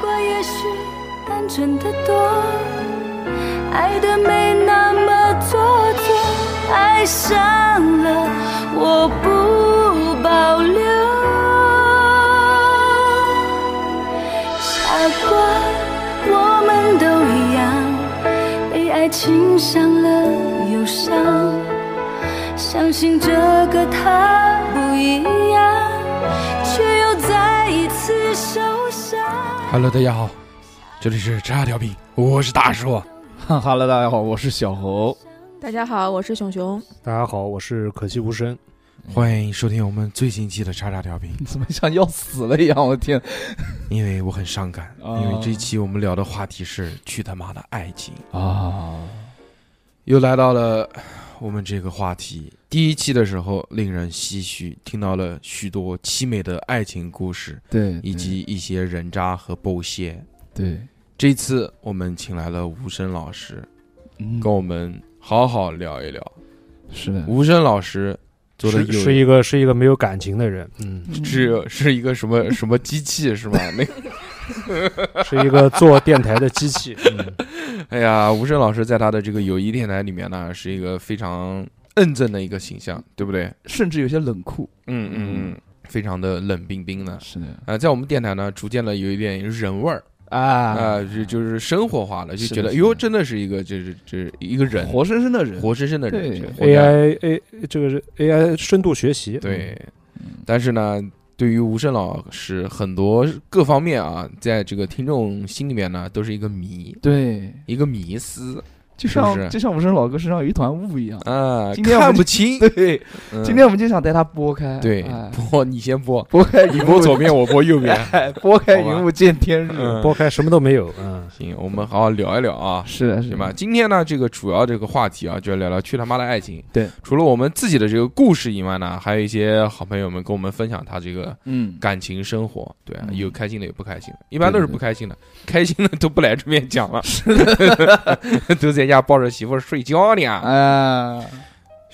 过也许单纯的多，爱的没那么做作，爱上了我不保留，傻瓜，我们都一样，被爱情伤了又伤，相信这个他不一样，却又再一次受伤。 Hello，大家好，这里是叉调频，我是大啊硕。 哈喽，大家好，我是小侯。大家好，我是熊熊。大家好，我是可惜无声。欢迎收听我们最新期的叉叉调频，你 怎么像要死了一样？我天！因为我很伤感，哦因为这一期我们聊的话题是去他妈的爱情，啊，又来到了我们这个话题。第一期的时候令人唏嘘，听到了许多凄美的爱情故事，对，以及一些人渣和剥削。对，这次我们请来了吴声老师，嗯跟我们好好聊一聊。是的，吴声老师做的是有是一个是一个没有感情 的人，嗯，是是一个什么什么机器是吗？那个，是一个做电台的 机器。嗯、哎呀，吴声老师在他的这个友谊电台里面呢，是一个非常恩正的一个形象，对不对？甚至有些冷酷。嗯嗯嗯，非常的冷冰冰的。是的啊、在我们电台呢，逐渐的有一点人味儿啊、啊，就就是生活化了，就是觉得，的哎是的呦，真的是一个，就是这一个人，活生生的人，活生生的人对就活在 AI A 这个是 AI 深度学习，对，但是呢，对于吴声老师，很多各方面啊，在这个听众心里面呢，都是一个谜，对，一个迷思就是不是像就像无声老哥身上有一团雾一样。啊，今天我看们不清。 对，嗯今天我们就想带他拨开，对哎播， 你先播，拨开你荧播幕左边，我播右边。 哎拨开好吧荧幕见天日。嗯嗯，，剥开什么都没有，嗯，行，我们好好聊一聊啊。是的，是行的吧，？今天呢，这个主要这个话题啊，就聊聊去他妈的爱情。对，除了我们自己的这个故事以外呢，还有一些好朋友们跟我们分享他这个嗯，感情生活。对啊，嗯有开心的，有不开心的，一般都是对对不开心的，开心的都 不来这边讲了， 都在家抱着媳妇儿睡觉呢。啊，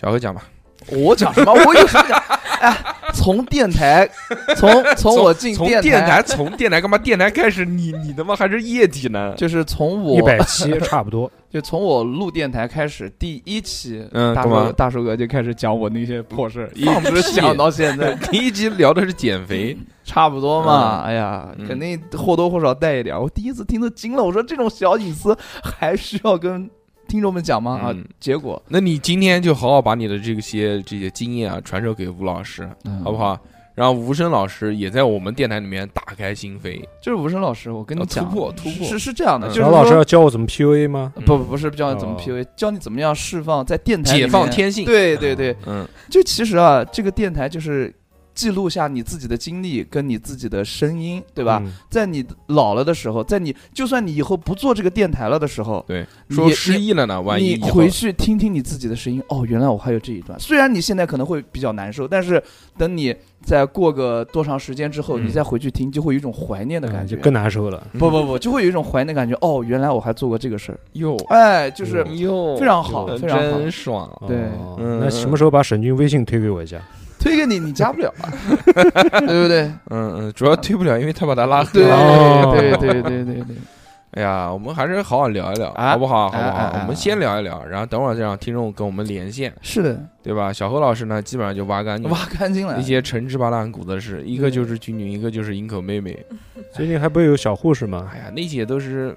小何讲吧，我讲什么？我有什么讲？ 哎，从电台，从从我进从电电台，从电台干嘛？电台开始，你你他妈还是液体呢？就是从一我百 七差不多。就从我录电台开始，第一期，嗯大干嘛叔大叔哥就开始讲我那些破事儿，一放屁直讲到现在，第一集聊的是减 肥，差不多嘛。嗯哎呀嗯，肯定或多或少带一点儿。我第一次听都惊了，我说这种小隐私还需要跟听众们讲吗？啊嗯，结果那你今天就好好把你的这些这些经验啊传授给吴老师，嗯嗯好不？好？然后吴声老师也在我们电台里面打开心扉，就是吴声老师，我跟你啊突讲，破突破是是这样的，嗯就是小老师说要教我怎么 PUA 吗？嗯不不不是教你怎么哦 PUA，教你怎么样释放在电台里解放面天性。，对对对，嗯就其实啊，这个电台就是记录下你自己的经历跟你自己的声音，对吧？嗯在你老了的时候，在你就算你以后不做这个电台了的时候，对，你说失忆了呢，万一你以后回去听听你自己的声音，哦，原来我还有这一段。虽然你现在可能会比较难受，但是等你再过个多长时间之后，嗯你再回去听，就会有一种怀念的感嗯觉。就更难受了。不不不，就会有一种怀念的感觉。哦，原来我还做过这个事儿，哟哎，就是嗯哟非常好非常好真爽。对哦嗯那什么时候把沈军微信推给我一下？推给你，你加不了啊，对不对？嗯嗯，主要推不了，因为他把他拉黑对了。哦 对对对对对，哎呀，我们还是好好聊一聊，啊好不好？好不啊啊好？啊我们先聊一聊，然后等会儿再让听众跟我们连线，是的，对吧？小何老师呢，基本上就挖干净挖干净了一。些陈芝麻烂谷子的事，一个嗯对嗯就是军女，一个就是营口妹妹。最近还不是有小护士吗？哎呀，那些都是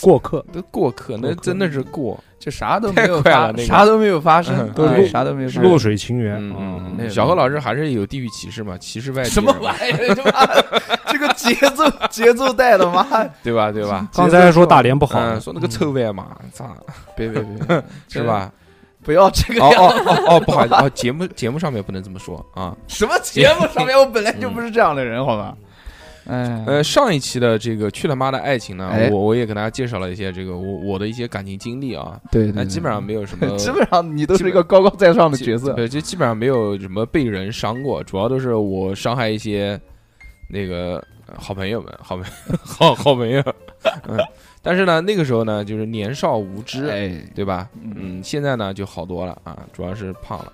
过客都过客，那过客真的是嗯过。就啥都没有太快了发那，个啥都没有发生嗯，都哎录啥都没有发弱生。水情缘嗯啊嗯，那嗯，个小何老师还是有地域歧视嘛，歧视外地什么人嘛玩意儿？他妈的这个节奏节奏带的妈！对吧？对嗯吧？刚才还说大连不好呢，嗯，说那个臭外嘛，操，别别别，是吧？不要嗯这个哦样。哦哦哦，不 好意思，哦，节目节目上面不能这么说啊。什么节目上面我本来就不是这样的人，好吧？哎，嗯呃，上一期的这个去他妈的爱情呢，哎我我也给大家介绍了一些这个我我的一些感情经历啊，对但基本上没有 什么基本上你都是一个高高在上的角色。对，就基本上没有什么被人伤过，主要都是我伤害一些那个呃好朋友 们，好朋好好朋友。嗯，但是呢，那个时候呢，就是年少无知，哎，对吧？嗯嗯，现在呢就好多了啊，主要是胖了。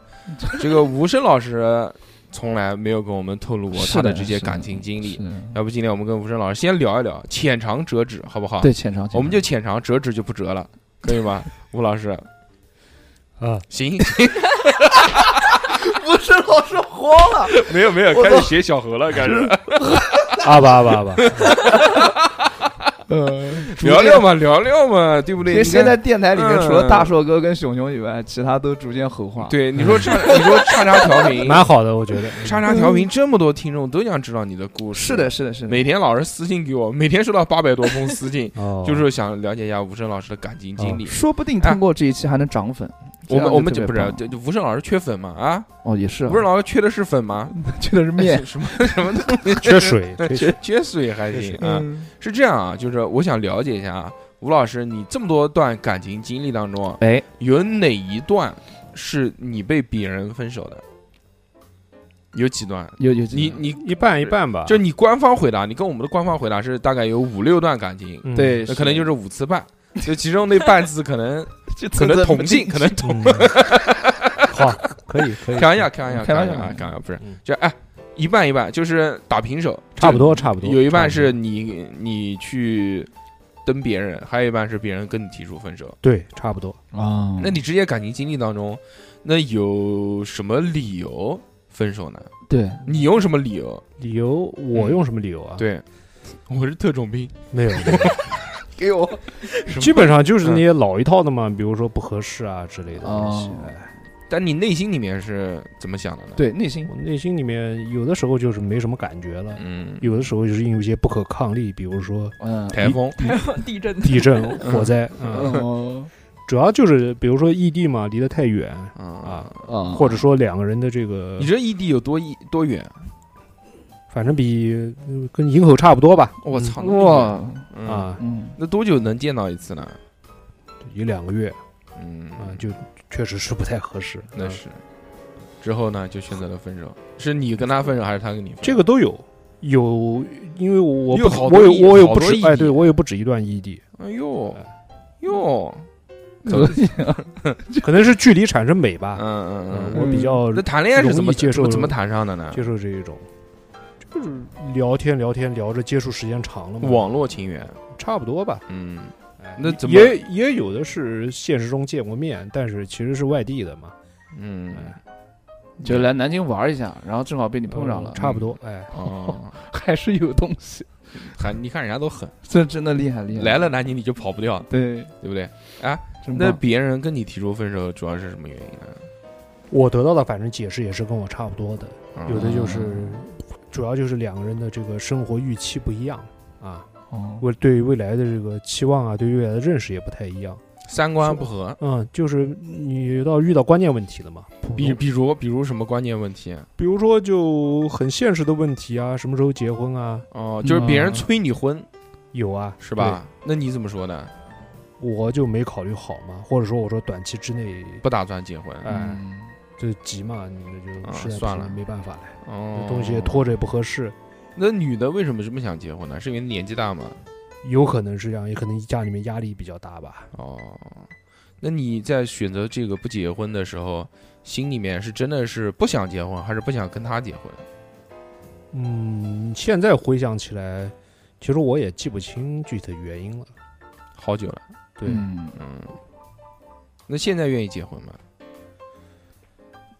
这个吴声老师从来没有跟我们透露过是他的的这些是的感情经历。是要不今天我们跟吴声老师先聊一聊，浅尝辄止，好不好？对，浅尝，浅我们就尝浅尝辄止就不折了，可以 吗？吴老师，啊， 行，不是老师慌 了，没有没有，我开都始写小何了，开始 阿巴阿巴 阿巴，聊聊嘛，聊聊嘛，对不对？其实你现看在电台里面除了嗯大硕哥跟熊熊以外，其他都逐渐吼话。，对你说叉，你说叉叉调频， 蛮好的，我觉得。，叉叉调频，这么多听众都想知道你的故事。是的，，是的，是的。每天老是私信给我，每天收到八百多封私信 哦，就是想了解一下吴声老师的感情经历。说不定通过这一期还能涨粉。啊我们我们哦啊这这样就不是这特别棒吴声老师缺粉吗？啊，哦，也是啊吴 声老师缺的是粉吗？，缺的是 面什么什么东西？缺水，缺水缺缺水还行缺水啊？嗯，是这样啊，就是我想了解一下啊，吴老师，你这么多段感情经历当中啊，哎，有哪一段是你被别人分手的？有几段？有有你你一半一半吧。就你官方回答，你跟我们的官方回答是大概有五六段感情，嗯，对，那可能就是五次 半，就其中那半次可能可能同性，可能同。嗯 好，可以可以，开玩笑，开玩笑，开玩笑笑啊，开玩笑，不是嗯，就哎，一半一半，就是打平手，差不多差不就多。有一半差是不多你你去蹬别人，还有一半是别人跟你提出分手。对，差不多。啊。那你职业感情经历当中，那有什么理由分手呢？对你用什么理由？理由我用什么理由啊？，对，我是特种 兵，没有， 给我基本上就是那些老一套的嘛，比如说不合适啊之类的东西。哦哎但你内心里面是怎么想的呢？，对内心我内心里面有的时候就是没什么感觉了，嗯，有的时候就是因为一些不可抗力，比如说嗯台风， 地震地震、火灾， 嗯， 哦主要就是比如说异地嘛，离得太远，啊啊，啊或者说两个人的这个你，这异地有多异多远？啊反正比呃跟营口差不多吧。我操，哇嗯，啊，嗯那多久能见到一次呢？一两个月嗯啊，就确实是不太合适。那嗯是。之后呢，就选择了分手，是你跟他分手，还是他跟你分手？这个都有。有，因为我又不好多我有异我有好不多止异哎，地啊对我有不止一段异地，哎呦嗯哟，可以可能是距离产生美嗯吧。嗯嗯，嗯，我比较那谈恋爱是怎么容易接受怎么谈上的呢？接受这一种，就是聊天聊天聊着，接触时间长了嘛，网络情缘，差不多吧。嗯，哎那怎么也也有的是现实中见过面，但是其实是外地的嘛。嗯，哎就来南京玩一下，然后正好被你碰上了嗯嗯，差不多。哎，哦， 还是有东西， 还你看人家都狠，这真的厉害嗯厉害。来了南京你就跑不掉，对，对不对？真那棒别人跟你提出分手，主要是什么原因呢？我得到的反正解释也是跟我差不多的，嗯有的就是，啊主要就是两个人的这个生活预期不一样啊，哦我对于未来的这个期望啊，对于未来的认识也不太一样。三观不合，嗯，就是你到遇到关键问题了嘛，普比通比如比如什么关键问题？比如说就很现实的问题啊，什么时候结婚啊，哦，就是别人嗯催你婚有啊，是吧？那你怎么说呢？对？我就没考虑好嘛，或者说我说短期之内不打算结婚，哎嗯就急嘛，那就啊实在不行算了没办法了，哦这，东西拖着也不合适，那女的为什么这么想结婚呢？是因为年纪大吗？有可能是这样，也可能家里面压力比较大吧。哦，那你在选择这个不结婚的时候，心里面是真的是不想结婚，还是不想跟他结婚？嗯，现在回想起来，其实我也记不清具体的原因了。好久了，对，嗯 嗯。那现在愿意结婚吗？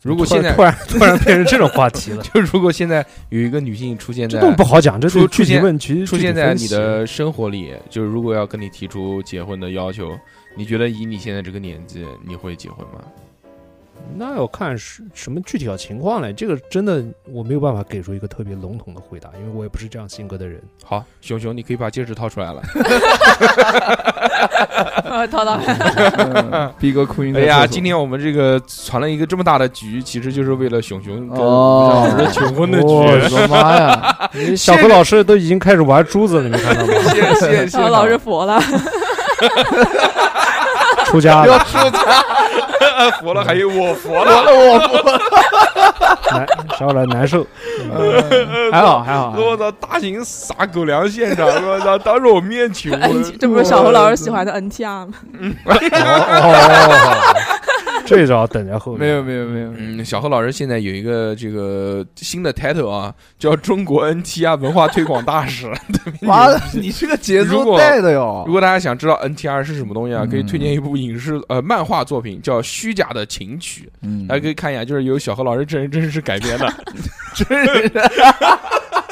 如果突然现在突然突然变成这种话题了 ，就如果现在有一个女性出现这在都不好讲，这出是出具体现问题，出具体现在分你析的生活里，就是如果要跟你提出结婚的要求，你觉得以你现在这个年纪，你会结婚吗？那要看是什么具体的情况嘞，这个真的我没有办法给出一个特别笼统的回答，因为我也不是这样性格的人。好，熊熊，你可以把戒指掏出来了。啊， 涛涛，嗯逼哥哭晕在哎厕所。呀，今天我们这个传了一个这么大的局，其实就是为了熊熊跟哦吴老师求婚的 哦局。我的妈呀！小何老师都已经开始玩珠子了，你看到吗？谢谢谢谢涛涛老师佛了，出 家了，佛了，还有我佛完 了，了我 难，小何老师难受。不，还好还好，还我好操，大型撒狗粮现场， 我操，当着我面求哎婚，哦这不是小何老师喜欢的 NTR 吗？哦哦哦哦 这招等着后面。没有没有没有，嗯，小何老师现在有一个这个新的 title 啊，叫中国 NTR 文化推广大 使。妈的，你这个节如奏果带的哟如！果大家想知道 NTR 是什么东西啊，可以推荐嗯一部影视呃漫画作品，叫《虚假的琴曲》，嗯大家可以 看一下，就是由小何老师真人真事改编的。真是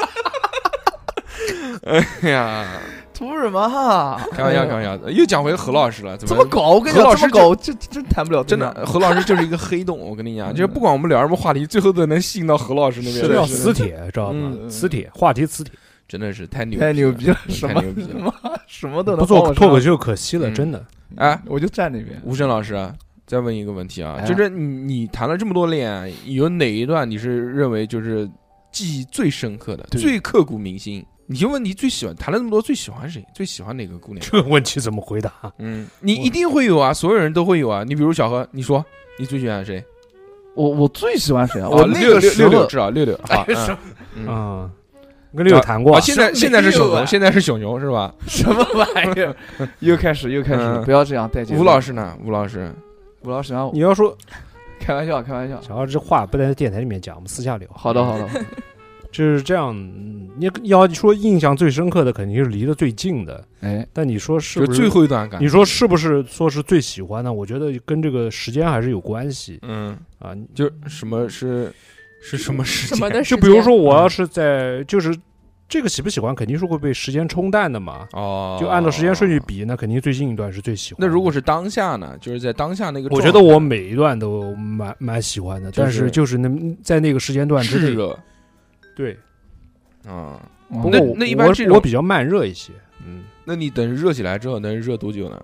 哎呀，图什么哈？开玩笑，开玩笑，又讲回何老师了，怎怎么么？搞？我跟你何讲，老师这么搞，这这真谈不了对真象的，何老师就是一个黑洞，我跟你 讲，就是不管我们聊什么话题，最后都能吸引到何老师那边是来的要是的磁铁，知道吗？嗯磁铁话题磁铁，真的是太牛，太牛逼了，了，什太么牛逼什了！么什么都能不做往脱口上秀可惜了，嗯真的。 哎我就站那边。吴声老师啊，再问一个问题啊，哎呀就是你你谈了这么多恋爱，有哪一段你是认为就是记忆最深刻的、对最刻骨铭心？你就问你最喜欢谈了那么多，最喜欢谁？最喜欢哪个姑娘？这个问题怎么回答？嗯，你一定会有啊，所有人都会有啊。你比如小何，你说你最喜欢谁？我我最喜欢谁啊？啊我那六个六时六六候知道六六 哎好，嗯嗯啊，跟六友谈过啊，，现在是现在是没有熊啊熊，现在是熊熊是吧？什么玩意儿？ 又开始又开始，嗯不要这样带节奏。吴老师呢？吴老师，吴老师啊，你要说，开玩笑开玩笑。然后这话不能在电台里面讲，我们私下聊。好的好的，就是这样。嗯你要说印象最深刻的，肯定是离得最近的。哎，但你说是就不最是？后一段感，你说是不是说是最喜欢的？我觉得跟这个时间还是有关系嗯，啊。就是什么是 是什么事什情？么的时就间，比如说，嗯我要是在就是这个喜不喜欢，肯定是会被时间冲淡的嘛。哦， 就按照时间顺序比，那肯定最近一段是最喜欢的。那如果是当下呢？就是在当下那个状我态，觉得我每一段都蛮蛮喜欢的，就是但是就是那在那个时间段炙之内，热对。啊。不不那过我那一般我这种我比较慢热一些，嗯，那你等热起来之后，能热多久呢？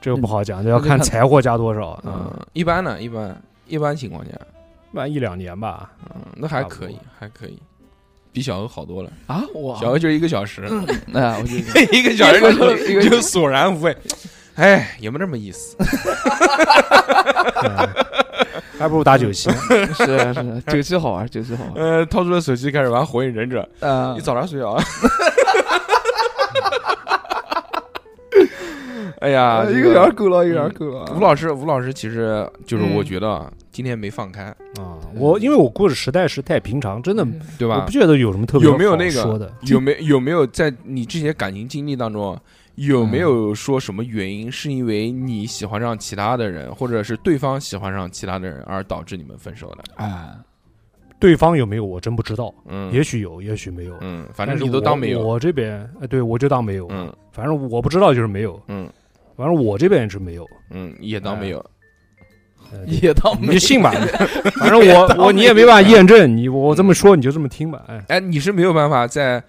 这个不好 讲，这要那就看看柴火加多少啊，嗯，一般呢，一般一般情况下，慢一两年 吧。嗯，那还差不多哦可以，还可以，比小欧好多了。啊，我啊小欧就一个小 时，哎，我就 一个小时就一个就索然无味。哎，也没这么意思。嗯还不如打九七， 是是九七好玩，九七好啊 玩。呃，掏出了手机开始玩《火影忍者》，啊嗯你，早点睡啊。 哎呀，呃一这啊个小时够了，一个小时嗯够了。吴老师，吴老师其实就是嗯我觉得啊，今天没放开，啊！我因为我过的时代是太平常，真的对我吧不？觉得有什么特别有没有好那个嗯说的，有没有没有在你这些感情经历当中，啊有嗯没有说什么原因是因为你喜欢上其他的人，或者是对方喜欢上其他的人而导致你们分手的？啊，对方有没有我真不知道，嗯，也许有，也许没有，嗯，反但正是你都我当没有。我这边，呃对我就当没有，嗯反正我不知道就是没有，嗯反正我这边是没有，嗯，也当没有。呃也当 你没就信吧，反正我我你也没办法验证，你我嗯这么说你就这么听吧，哎，哎，你是没有办法在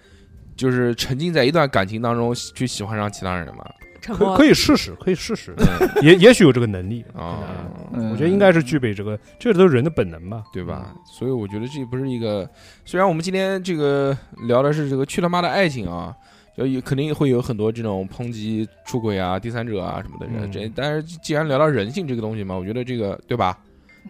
就是沉浸在一段感情当中去喜欢上其他人 的吗？沉可默可以试试，可以 试试，嗯也也许有这个能力啊啊，，嗯我觉得应该是具备这个，这都是人的本能吧，对吧？所以我觉得这不是一个，虽然我们今天这个聊的是这个去他妈的爱情啊，就有肯定会有很多这种抨击出轨啊、第三者啊什么的人，嗯这但是既然聊到人性这个东西嘛，我觉得这个对吧？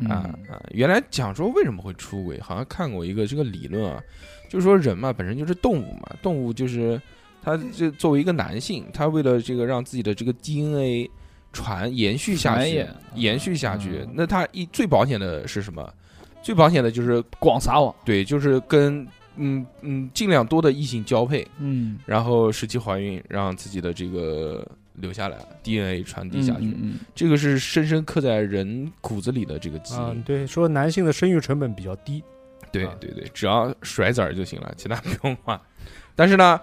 啊、嗯啊，原来讲说为什么会出轨，好像看过一个这个理论啊，就是说人嘛本身就是动物嘛，动物就是他这作为一个男性，他为了这个让自己的这个 DNA 传延续下繁去衍，延续下去嗯，那他一最保险的是什么？最保险的就是广撒网，对，就是跟嗯嗯尽量多的异性交配，嗯，然后实际怀孕，让自己的这个留下来 DNA 传递下去，嗯，这个是深深刻在人骨子里的这个基因。啊，对，说男性的生育成本比较低，对啊对对，只要甩子儿就行了，其他 不用管。但是呢，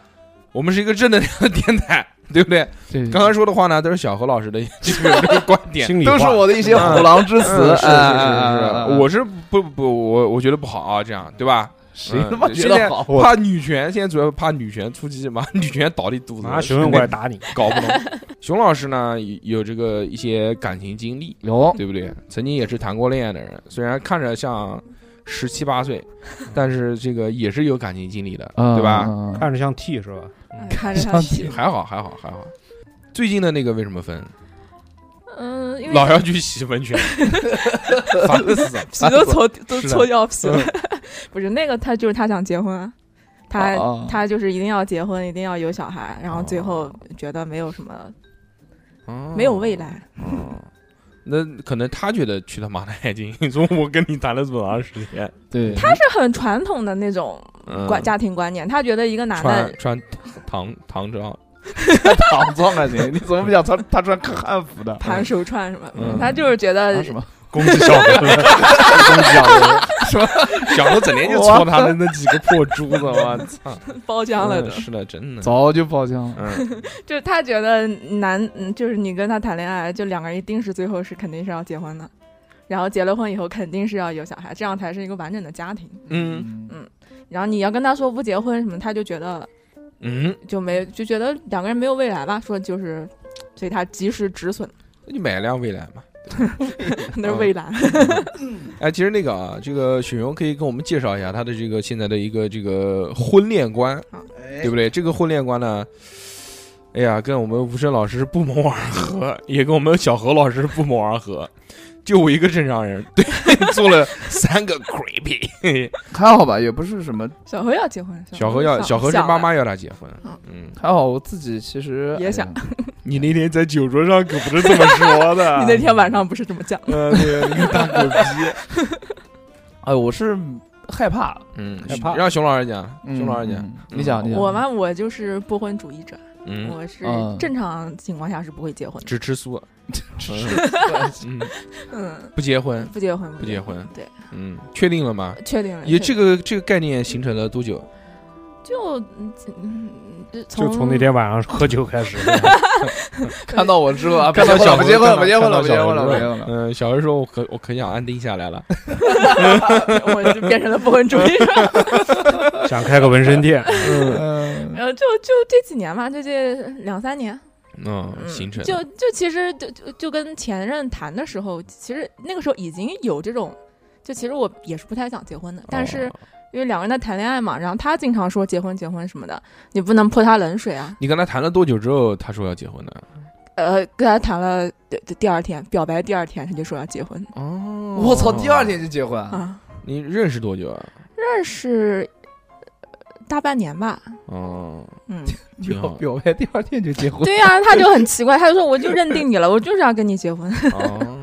我们是一个正能量的电台， 对不对？对，刚刚说的话呢，都是小何老师的这个这个观 点。心里都是话我的一些虎狼之词，嗯是是嗯哎是是是，我是不不我我觉得不好啊，这样对吧？谁他妈嗯觉现在得好？我怕女权，现在主要怕女权出击嘛， 女权倒地肚子，拿熊熊过来打你，搞不懂。熊老师呢，有有这个一些感情经历，有对不嗯对？曾经也是谈过恋爱的人，虽然看着像十七八 岁，但是这个也是有感情经历的，对吧？嗯嗯嗯看着像 T 是吧？嗯看着他洗，还好，还好，还好。最近的那个为什么分？嗯，因为 老要去洗温泉，烦死了。皮都搓都是的嗯搓掉皮了， 不是那个他就是他想结婚啊，他哦哦他就是一定要结婚，一定要有小孩，然后最后觉得没有什么哦没有未来。哦，那可能他觉得去他妈的还劲， 说我跟你谈了这么长时间，对，他是很传统的那种嗯管家庭观念，他觉得一个男的穿穿唐唐装，唐装还行，你怎么不讲他他穿汉服的？盘手串什么嗯，他就是觉啊得什么？攻击小何，攻击小啊何，什么？小何整天就戳他的那几个破珠 子，我操！包浆了都嗯，是的，真的。 早就爆浆了。嗯，就是他觉得男，嗯，就是你跟他谈恋爱，就两个人一定是最后是肯定是要结婚的，然后结了婚以后肯定是要有小孩，这样才是一个完整的家庭。嗯然后你要跟他说不结婚什么，他就觉得嗯，就没就觉得两个人没有未来吧，说就是，所以他及时止损，那你买一辆蔚来嘛。那是未来。哎，其实那个啊，这个雪荣可以跟我们介绍一下他的这个现在的一个这个婚恋观，对不对？这个婚恋观呢，哎呀，跟我们吴声老师不谋而合， 也跟我们小何老师不谋而合。就我一个正常人， 对，做了三个 creepy。还好吧，也不是什么，小何要结婚，小何要小何是想妈了妈要他结婚嗯，嗯，还好我自己其实也想哎呀你那天在酒桌上可不是这么说的你那天晚上不是这 么讲的？呃，对呀，你个大狗逼， 哎，我是害怕。嗯害怕让熊老师讲，嗯熊老师讲，嗯你讲，你讲。我嘛，我就是不婚主义者，嗯，我是嗯正常情况下是不会结婚的。只吃素，啊嗯，嗯，不结婚，不结婚，不结婚对，嗯，确定了吗？确定 了。也确这 个这个概念形成了多久？就嗯嗯，就 就从那天晚上喝酒开始， 看到我之后啊，看到不小不结婚了，何不结婚了，不看结到婚了，不小结何婚了。嗯，小何说，我可我可想安定下来了。 我就变成了不婚主 义者。想开个纹身 店，嗯，然后就就这几年嘛，就这两三年，嗯，嗯，形成了就就其实就就就跟前任谈的时候，其实那个时候已经有这种，就其实我也是不太想结婚的，但是哦因为两个人在谈恋爱嘛，然后他经常说结婚结婚什么的，你不能泼他冷水啊。你跟他谈了多久之后，他说要结婚的？呃，跟他谈了第第二天，表白第二天他就说要结婚哦我操，第二天就结婚，啊，你认识多久啊？认识呃大半年吧，哦， 嗯。 挺表好表白第二天就 结婚。对呀、他就很奇怪，他就说我就认定你了，我就是要跟你结 婚。哦，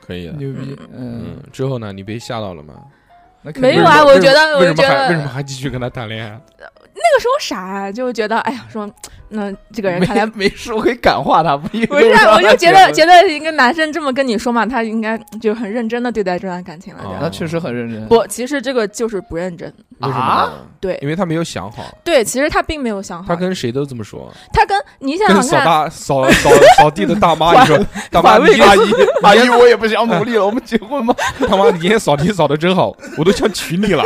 可以的。牛逼，嗯嗯，，之后呢？你被吓到了吗？那肯定没有啊，为什我么觉得，我为什觉么还得为什么还继续跟他谈恋爱？那个时候傻呀、就觉得哎呀，说那这个人看来。没没事，我可以感化他，不一定不是啊，让我他就觉结得婚觉得一个男生这么跟你说嘛，他应该就很认真的对待这段感情了。对吧哦那确实很认 真。不，其实这个就是不认真。为什么啊呢？对因为他没有想好，对，其实他并没有想好。他跟谁都这么说，他跟你想跟想扫看，大扫扫扫地的大妈，你 说大妈反你胃今口天阿姨，哎我也不想努力了，我们结婚吧。他妈你今天扫地扫的真好，我都想娶你 了。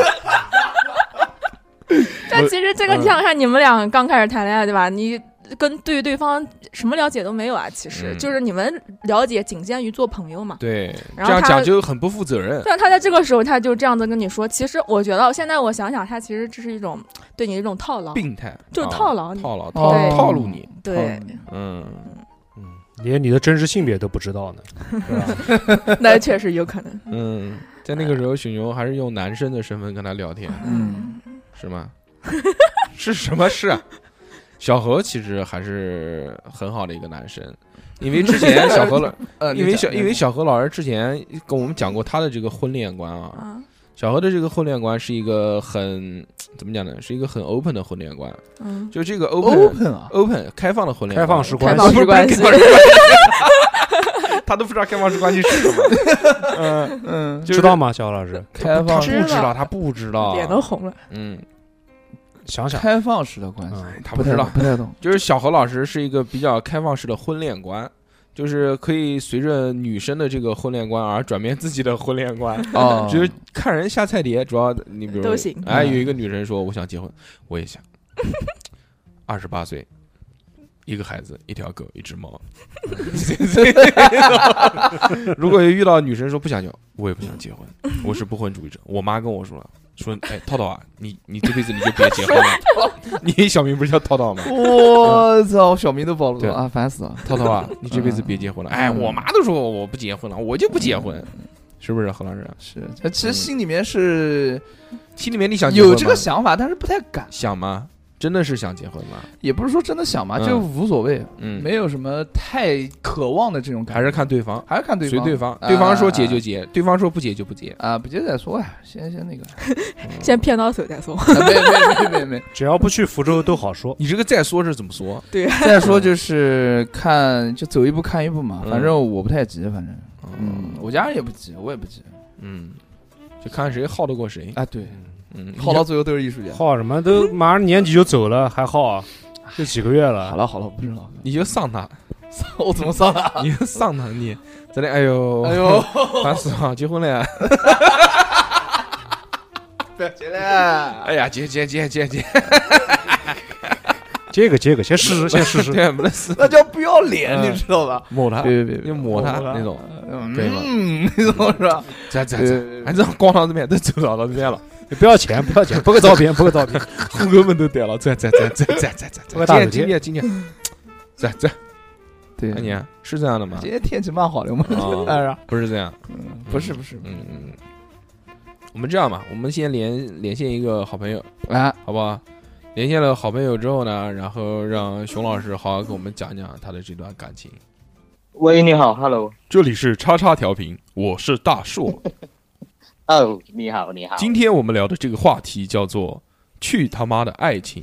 但其实这个嗯你想想看，你们俩刚开始谈恋爱对吧？你跟对对方什么了解都没有啊，其实、嗯就是你们了解仅限于做朋友嘛。对，这然后样他讲就很不负责 任。但啊他在这个时候他就这样子跟你说，其实我觉得现在我想想，他其实这是一种对你的一种套牢。病态就是啊套牢你套牢，套对套路你。对，嗯嗯连你的真实性别都不知道呢，那确实有可能。嗯，在那个时候，许牛还是用男生的身份跟他聊天，嗯，是 吗？是什么事啊？小何其实还是很好的一个男生，因为之前小何老，呃，因为小嗯因为小小何老师之前跟我们讲过他的这个婚恋观 啊，啊，小何的这个婚恋观是一个很怎么讲呢？是一个很 open 的婚恋观，嗯，就这个 open open 啊， open 开放的婚恋观，开放式开嗯关放系式关系不，是开放式关系他都不知道开放式关系是什 么，嗯，嗯，就是知道吗？小老师，开他放不知知道，道他不知道，脸都红了。嗯，想想，开放式的关系，嗯，他不知道，不太懂。就是小何老师是一个比较开放式的婚恋观。就是可以随着女生的这个婚恋观而转变自己的婚恋观， 哦，就是看人下菜碟，主要你比如都行哎，嗯有一个女人说我想结婚，我也想， 二十八岁，一个孩子，一条狗，一只猫。 如果遇到女生说不想要，我也不想结婚，我是不婚主义者。我妈跟我说了，说哎，涛涛啊，你你这辈子你就别结婚了。你小名不是叫涛涛 吗？我操，小明都暴露对了啊，烦死了。涛涛啊，你这辈子别结婚了。哎，我妈都说我不结婚了，我就不结婚，嗯是不是何老师？ 是，他其实心里面是心里面你想结婚有吗这个想法，但是不太敢。想吗？真的是想结婚吗？也不是说真的想嘛，嗯就无所谓，嗯，没有什么太渴望的这种感还觉，是看对方，啊还是看对随方，对方，对方说结就结，对方说不结就不结。啊，不接再说呀，先先那个， 先骗到手再 说。啊没没没没没， 只要不去福州都好说。你这个再说是怎么说？再说就是看就走一步看一步嘛，反正我不太急，反正嗯，我家人也不急，我也不急嗯，就看谁耗得过谁。啊，对，嗯，耗到最后都是艺术家。耗什么都马上年底就走了，还耗啊？就几个月了。好了好了，不知道你就丧他， 我怎么骚了？ 你就丧他，你在啊那哎呦 哎呦，烦死了，结婚了呀！ 不要急了，哎呀，结结结结结，这个这个，先试 试，先试试。对，不能死， 那叫不要脸，嗯你知道吧？抹他，别别别就，抹他抹他那种，对吧嗯，那种是吧？在在对在，对反正光哎到这边都走到到这 边了，不要钱，不要钱，不个照片，不个照 片，户口本都带了，在在在在在在在在，我打今个年今年今年，在在，对哎对，你啊是这样的吗今？天天气蛮好的，我 们啊哎呀，不是这样，嗯不是不是，嗯嗯，嗯我们这样吧，我们先连连线一个好朋友，啊，好不好？连线了好朋友之后呢，然后让熊老师好好给我们讲讲他的这段感情。喂，你好，Hello。这里是叉叉调频， 我是大硕。哦，你好，你好。今天我们聊的这个话题叫做“去他妈的爱情”，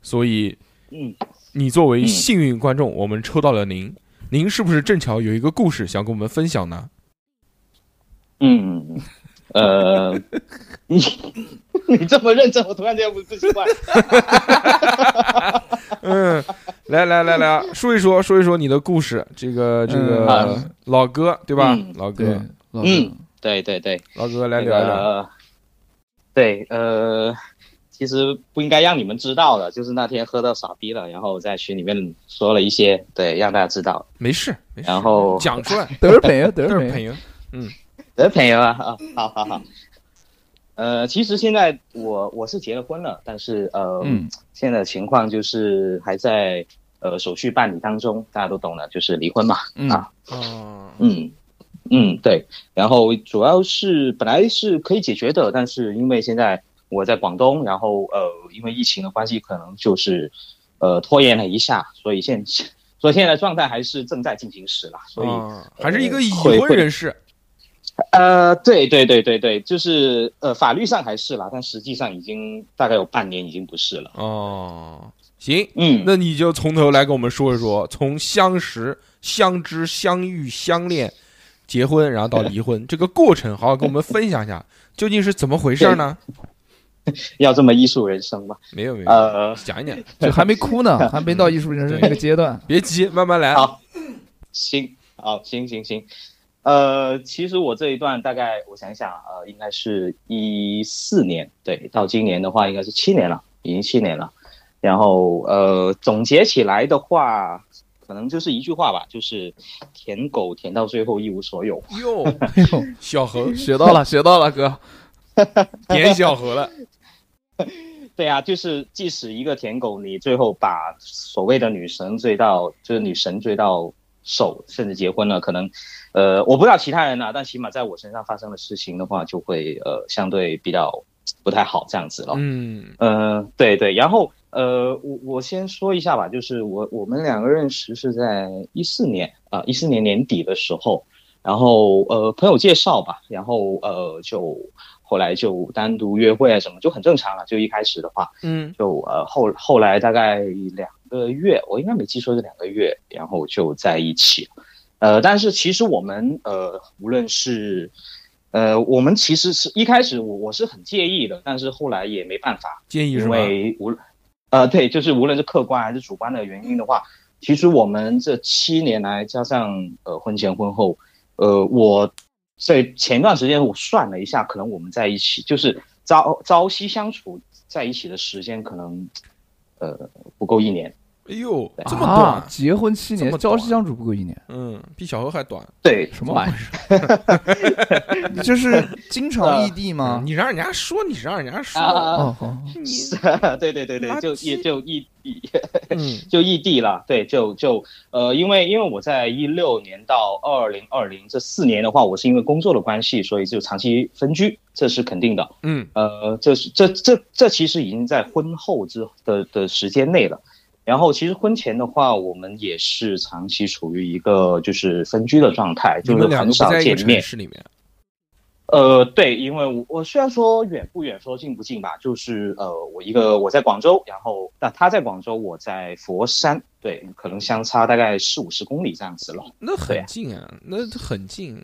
所以嗯，你作为嗯幸运观众，我们抽到了您。您是不是正巧有一个故事想跟我们分享呢？嗯，呃，你 你这么认真，我突然间不自信了。嗯，来来来来，说一说说一说你的故事。这个这嗯个啊老哥对吧嗯？老对哥，，老嗯对对对，老哥来那聊一聊。个，对，呃，其实不应该让你们知道的，就是那天喝到傻逼了，然后在群里面说了一些，对，让大家知道。没事没事，然后讲出 来都是朋 友，都都是是朋朋友，友。的朋友啊，啊， 好好好。呃，其实现在我我是结了婚了，但是呃，嗯现在的情况就是还在呃手续办理当中，大家都懂了，就是离婚嘛。嗯啊哦，嗯嗯，对。然后主要是本来是可以解决的，但是因为现在我在广东，然后呃，因为疫情的关系，可能就是呃拖延了一下，所以现 所以现在的状态还是正在进行时啦，所以。哦还是一个已会婚会人士。呃，对对对对对，就是呃，法律上还是啦，但实际上已经大概有半年已经不是了。哦，行，嗯，那你就从头来跟我们说一说，从相识、相知、相遇、相恋、结婚，然后到离婚这个过程，好好跟我们分享一 下，究竟是怎么回事呢？要这么艺术人生吗？没有没有，呃，讲一讲，就还没哭 呢，还没到艺术人生那个阶段。别急，慢慢来。好行，好，行行行。呃，其实我这一段大概我想一想，呃，应该是一四年，对，到今年的话应该是七年了，已经七年了。然后呃，总结起来的话，可能就是一句话吧，就是舔狗舔到最后一无所有。哟， 哎呦，小何学 到了，学到了，哥。点小何 了，对啊，就是即使一个舔狗，你最后把所谓的女神追到，就是女神追到手，甚至结婚了，可能，呃，我不知道其他人啊，但起码在我身上发生的事情的话，就会呃相对比较不太好这样子咯。嗯嗯、对对，然后呃，我我先说一下吧，就是我我们两个认识是在一四年啊，一、四年年底的时候，然后呃朋友介绍吧，然后呃就后来就单独约会啊什么，就很正常了。就一开始的话，嗯，就呃后后来大概两个月，我应该没记错是两个月，然后就在一起了。呃，但是其实我们呃，无论是呃，我们其实是一开始我我是很介意的，但是后来也没办法，建议是因吧？为无呃对，就是无论是客观还是主观的原因的话，其实我们这七年来加上呃婚前婚后，呃我在前段时间我算了一下，可能我们在一起就是朝朝夕相处在一起的时间可能呃不够一年，哎呦，对这么短，啊结婚七这年，么交短替相处不够一年，嗯，比小何还短。对，什么玩意儿？ 你这是经常异地吗？你让人家说，你让人家说，啊哦，好，你是， 对对对对，就垃圾也就异地，嗯就异地了。对，就就呃，因为因为我在一六年到二零二零这四年的话，我是因为工作的关系，所以就长期分居，这是肯定的。嗯呃，这是这这这其实已经在婚后之的的时间内了。然后其实婚前的话，我们也是长期处于一个就是分居的状态，你就们是两个很不少在一个见城面。市里面，呃，对，因为我我虽然说远不远，说近不近吧，就是呃，我一个我在广州，然后那他在广州，我在佛山，对，可能相差大概四五十公里这样子了。那对很啊近啊，那很近。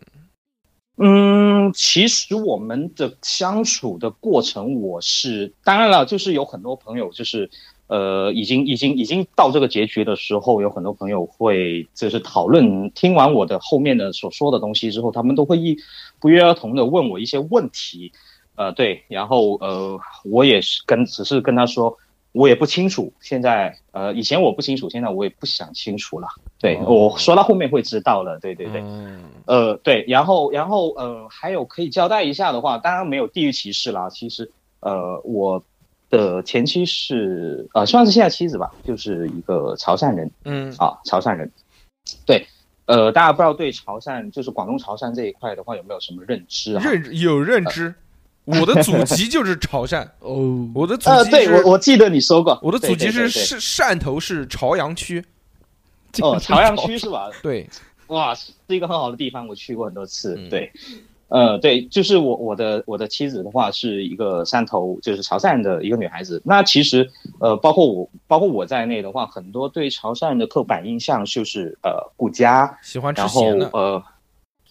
嗯，其实我们的相处的过程，我是当然了，就是有很多朋友就是。呃，已经已经已经到这个结局的时候，有很多朋友会就是讨论，听完我的后面的所说的东西之后，他们都会一不约而同的问我一些问题，呃，对，然后呃，我也是跟只是跟他说，我也不清楚，现在呃，以前我不清楚，现在我也不想清楚了，对、哦我说到后面会知道了，对对对，嗯呃，对，然后然后呃，还有可以交代一下的话，当然没有地域歧视啦。其实呃，我的前妻是呃，算是现在妻子吧，就是一个潮汕人嗯啊，潮汕人。对，呃，大家不知道对潮汕，就是广东潮汕这一块的话，有没有什么认知啊？认有认知，我的祖籍就是潮 汕，哦，我的祖呃，籍对是我我记得你说过，我的祖籍是对对 对哦汕汕头市潮阳区，对哦，潮阳区是吧？对，哇，是一个很好的地方，我去过很多次。嗯对，呃，对，就是我我的我的妻子的话是一个汕头，就是潮汕的一个女孩子。那其实呃，包括我，包括我在内的话，很多对潮汕的刻板印象就是呃顾家，喜欢吃然后咸的，呃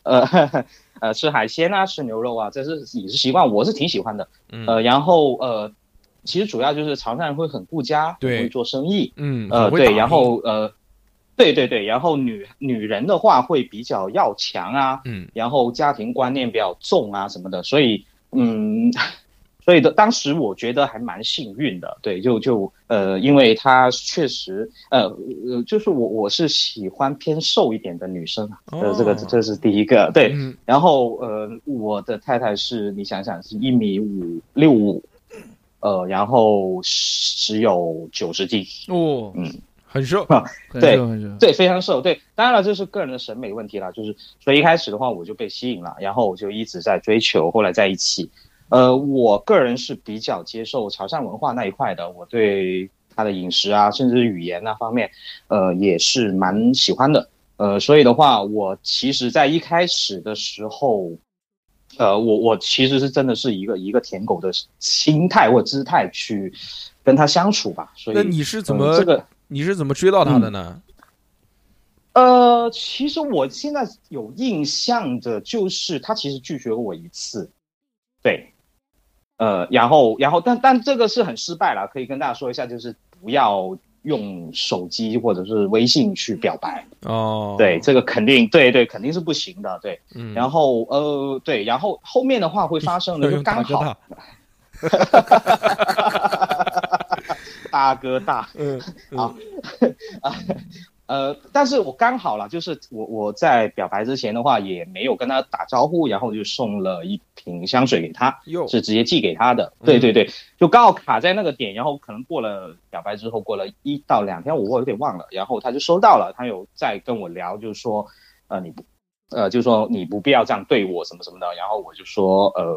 呃 呃吃海鲜啊，吃牛肉啊，这是饮食习惯，我是挺喜欢的。嗯呃，然后呃，其实主要就是潮汕人会很顾家，对会做生意，嗯，呃，很会打对，拼然后呃，对对对，然后女女人的话会比较要强啊，嗯然后家庭观念比较重啊什么的，所以嗯， 所以的当时我觉得还蛮幸运的，对，就就呃，因为她确实呃呃，就是我我是喜欢偏瘦一点的女生啊，呃，这个哦这是第一个，对，嗯然后呃，我的太太是你想想是一米五六五。呃，然后只有九十斤，哦，嗯，很瘦，很对热很热，对，非常瘦。对，当然了，这是个人的审美问题啦。就是所以一开始的话，我就被吸引了，然后我就一直在追求，后来在一起。呃，我个人是比较接受潮汕文化那一块的，我对他的饮食啊，甚至是语言那方面，呃，也是蛮喜欢的。呃，所以的话，我其实在一开始的时候，呃，我我其实是真的是一个一个舔狗的心态或姿态去跟他相处吧。所以，那你是怎么呃这个？你是怎么追到他的呢？呃，其实我现在有印象的就是他其实拒绝过我一次，对，呃，然后然后但但这个是很失败了，可以跟大家说一下，就是不要用手机或者是微信去表白，哦，嗯对，这个肯定对对肯定是不行的，对，嗯，然后呃对，然后后面的话会发生的 要就用大刚哥好大， 大哥大。 嗯 啊 呃，但是我刚好啦，就是我我在表白之前的话，也没有跟他打招呼，然后就送了一瓶香水给他，哟，是直接寄给他的。嗯对对对，就刚好卡在那个点，然后可能过了表白之后，过了一到两天，我我有点忘了，然后他就收到了，他有在跟我聊，就是说，呃，你不，呃，就是说你不必要这样对我什么什么的，然后我就说，呃，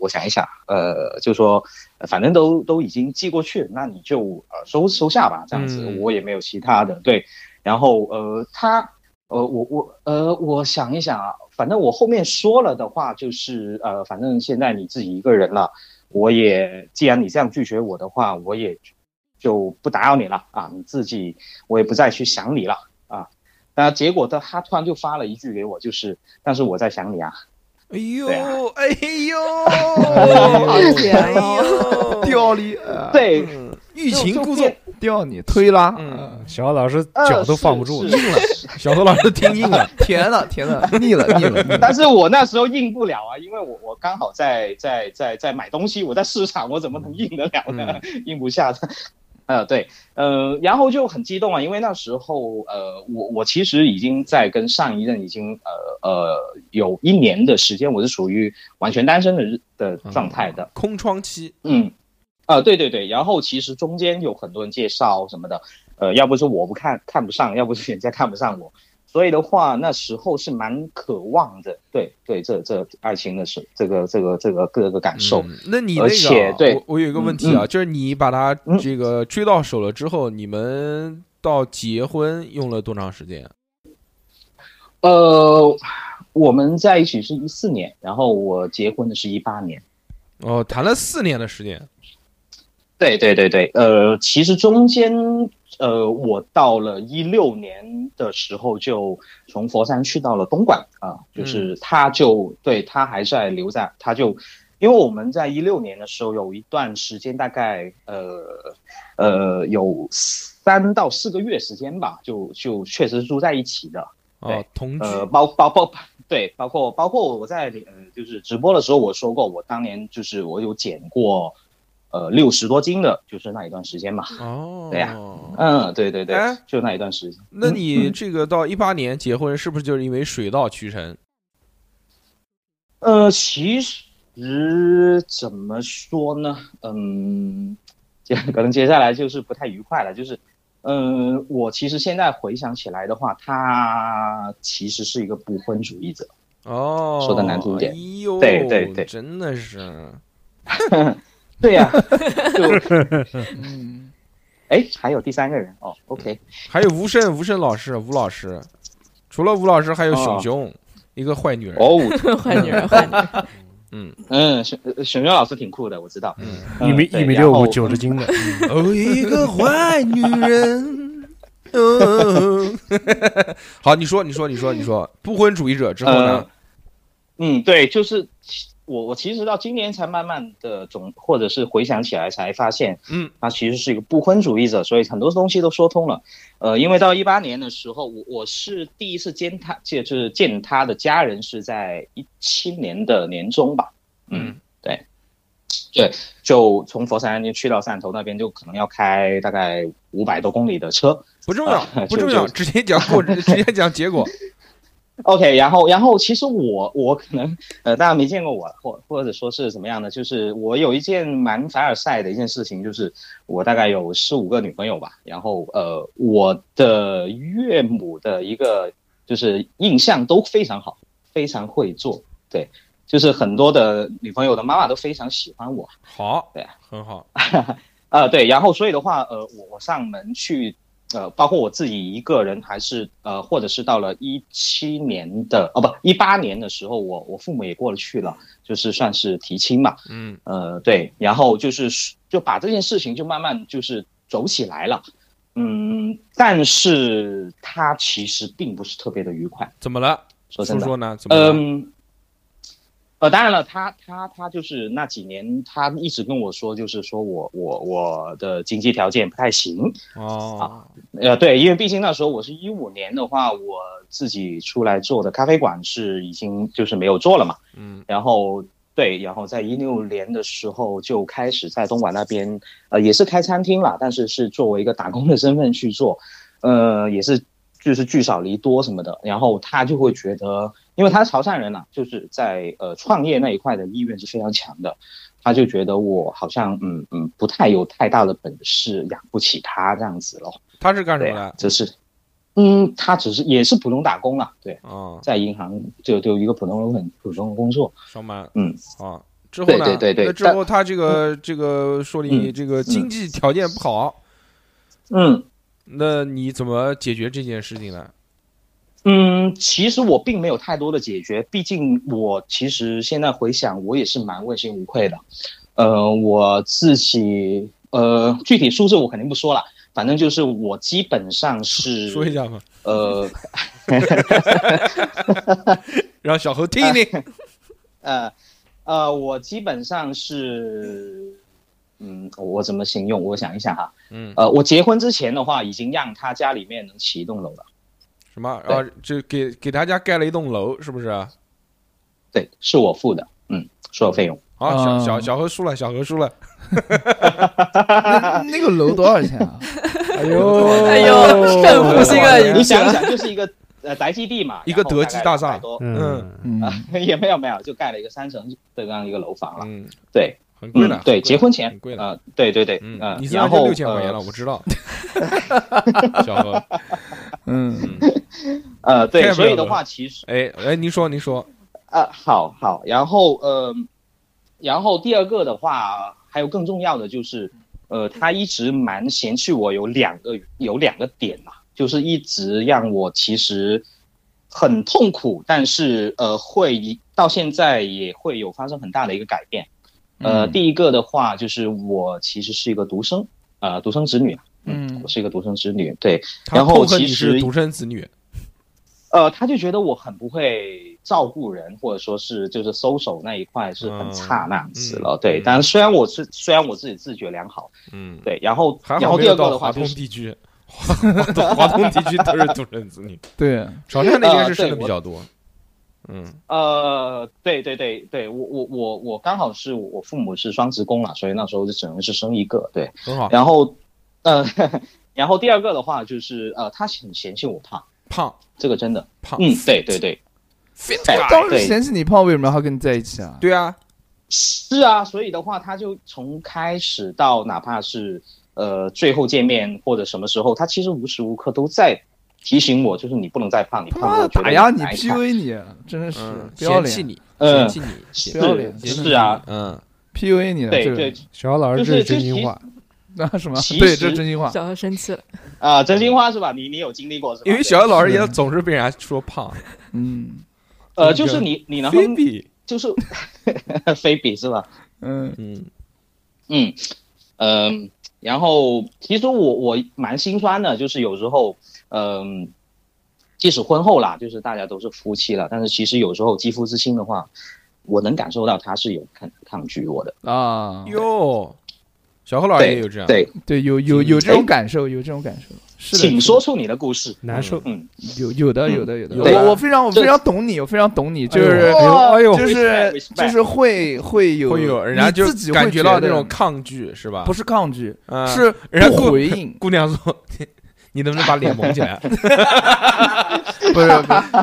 我想一想，呃，就说，呃反正都都已经寄过去了，那你就呃收收下吧，这样子，嗯我也没有其他的，对，然后呃，他。呃，我我呃，我想一想啊，反正我后面说了的话，就是呃，反正现在你自己一个人了，我也既然你这样拒绝我的话，我也就不打扰你了啊，你自己我也不再去想你了啊。那结果他他突然就发了一句给我，就是但是我在想你啊，哎对呦，嗯哦啊哎呦，好 甜哎哦吊你，呃对，欲擒故纵，吊你，推拉，嗯 呃小奥老师呃脚都放不住了是，是小何老师听硬了，甜了甜了， 嗯腻了腻了腻了，但是我那时候应不了啊，因为我我刚好嗯在在在在买东西，我在市场，我怎么能应得了呢？应不下的。呃，对，呃，然后就很激动啊，因为那时候，呃，我我其实已经在跟上一任已经呃呃有一年的时间，我是属于完全单身的日的嗯状态的，嗯空窗期，嗯，啊，对对对，然后其实中间有很多人介绍什么的，呃，要不是我不看看不上，要不是人家看不上我，所以的话，那时候是蛮渴望的，对对，这这爱情的是这个这个这个各个感受，嗯那你那而个且啊，对我我有一个问题啊，就是你把他嗯这个追到手了之后，你们到结婚用了多长时间？呃，我们在一起是一四年，然后我结婚的是一八年。哦，谈了四年的时间，对对对对，呃，其实中间，呃，我到了一六年的时候，就从佛山去到了东莞啊、就是他就、对他还在留在，他就，因为我们在一六年的时候有一段时间，大概呃呃有三到四个月时间吧，就就确实住在一起的，哦对，同居，呃，包包包对，包括包括我在呃，就是直播的时候我说过，我当年就是我有减过，呃，六十多斤的，就是那一段时间嘛。哦，对呀嗯，对对对哎，就那一段时间。那你嗯这个到一八年结婚，是不是就是因为水到渠成？嗯呃，其实怎么说呢？嗯，接可能接下来就是不太愉快了，就是。嗯，我其实现在回想起来的话，他其实是一个不婚主义者。哦，说得难听点哎呦，对对对真的是，对呀、就嗯，哎，还有第三个人哦，OK，还有吴胜，吴胜老师，吴老师，除了吴老师，还有熊哦熊，一个坏女人，哦，坏女人，坏女人，嗯，嗯，熊呃熊熊老师挺酷的，我知道。嗯一米对一米然六后五，九十斤的，哦，一个坏女 人。嗯，好，你说，你说，你说，你说，不婚主义者之后呢？呃嗯，对，就是我我其实到今年才慢慢的总或者是回想起来才发现，嗯，他其实是一个不婚主义者，所以很多东西都说通了。呃，因为到一八年的时候，我我是第一次见他，就是见他的家人是在一七年的年中吧。嗯，对，对，就从佛山就去到汕头那边，就可能要开大概五百多公里的车。不重要啊，不重要，就直接讲 过，直接讲结果。 OK，然后然后其实我我可能呃大家没见过我，或或者说是怎么样的，就是我有一件蛮凡尔赛的一件事情，就是我大概有四五个女朋友吧，然后呃我的岳母的一个就是印象都非常好，非常会做，对，就是很多的女朋友的妈妈都非常喜欢我，好对，很好。呃，对，然后所以的话，呃，我我上门去，呃，包括我自己一个人，还是呃，或者是到了一七年的，哦不，一八年的时候，我我父母也过了去了，就是算是提亲嘛，嗯，呃，对，然后就是就把这件事情就慢慢就是走起来了，嗯，但是他其实并不是特别的愉快，怎么了？说真说的，说呢？怎么了？嗯，呃，当然了，他他他就是那几年，他一直跟我说，就是说我我我的经济条件不太行，哦，呃，对，因为毕竟那时候我是一五年的话，我自己出来做的咖啡馆是已经就是没有做了嘛，嗯，然后对，然后在一六年的时候就开始在东莞那边，呃，也是开餐厅啦，但是是作为一个打工的身份去做，呃，也是就是聚少离多什么的。然后他就会觉得，因为他是潮汕人啦、就是在呃创业那一块的意愿是非常强的，他就觉得我好像嗯嗯不太有太大的本事，养不起他这样子咯。他是干什对么的？只是，嗯，他只是也是普通打工啦、对，啊，在银行就就一个普通很普通的工作。上班。嗯，啊，之后呢？对对对对那之后他这个这个说你嗯这个经济条件不好，嗯。那你怎么解决这件事情呢？嗯，其实我并没有太多的解决，毕竟我其实现在回想，我也是蛮问心无愧的。呃，我自己呃，具体数字我肯定不说了，反正就是我基本上是 说一下嘛，呃让小何听一哎听。呃呃，我基本上是嗯，我怎么形容？我想一想哈， 嗯，呃，我结婚之前的话，已经让他家里面能起一栋楼了。什么？然后就给给他家盖了一栋楼，是不是？啊对，是我付的，嗯，所有费用。好，啊小嗯小小何输了，小何输了。那 那个楼多少钱啊？哎 呦哎呦，胜负心啊，你赢想家想，就是一个呃宅基地嘛， 一个德基大厦然后嗯，嗯大概200多，也没有没有，就盖了一个三层的这样一个楼房了。嗯，对，很贵的。嗯很，贵对，的结婚前很贵的。啊，对对对，嗯，嗯你，虽然然就后六千块钱了，呃我知 道。小何，嗯，嗯，呃，太对，不所要以的了话，其实哎哎，您说您说，啊，好好，然后呃，然后第二个的话，还有更重要的就是，呃，他一直蛮嫌弃我有两个有两个点嘛，就是一直让我其实很痛苦，但是呃，会到现在也会有发生很大的一个改变。呃，嗯第一个的话就是我其实是一个独生，呃，独生子女，嗯我是一个独生子女，对，他然后痛恨你其是实独生子女，呃，他就觉得我很不会照顾人，或者说是就是收手那一块是很差那样子了。嗯对嗯，但虽然我是虽然我自己自觉良好，嗯，对，然后还然好后没第有二个到的华话东就是地区， 华华东地区都是独生子女，对，潮汕那边是呃生的对比较多。嗯，呃，对对对对，我我我我刚好是我父母是双职工了，所以那时候就只能是生一个。对，很好。然后呃， 然后第二个的话就是呃，他很嫌弃我胖，胖这个真的，胖嗯，对对对， ，fit 哎 guy 当时对嫌弃你胖，为什么要跟你在一起啊？对啊，是啊，所以的话，他就从开始到哪怕是呃最后见面或者什么时候，他其实无时无刻都在提醒我，就是你不能再胖，你胖他了打哎压你难看。 ，PUA 你，真的是嗯，不要嫌弃脸你，嫌嗯弃你，不要是脸真的是啊，嗯， ，PUA 你的对这个对人，小姚老师就这是是真就心其话，那 什么？其对，实这是真 心话。小何生气了， 啊，真心话是吧？你你有经历过是吧？因为小姚老师也是总是被人家说胖，嗯呃，就是你你能菲比，就是 菲比是吧？嗯嗯嗯，嗯，然后其实我我蛮心酸的，就是有时候，嗯，即使婚后啦，就是大家都是夫妻了，但是其实有时候肌肤之亲的话，我能感受到他是有抗抗拒我的。啊，哟，哎小何老师也有这样，对，对，有有有这哎种感受，有这种感受。是的，请是说出你的故事。难受。嗯，有有的嗯有的有的，有的我我非常我这非常懂你，我非常懂你，就哎是呦哎呦，就哎呦是 respect，respect 就是会会有会有人家你就自己感会觉觉到得那种抗拒是吧？不是抗拒，嗯， 是人家不过 ，回应姑娘说。你 能不能把脸蒙起来？不是不是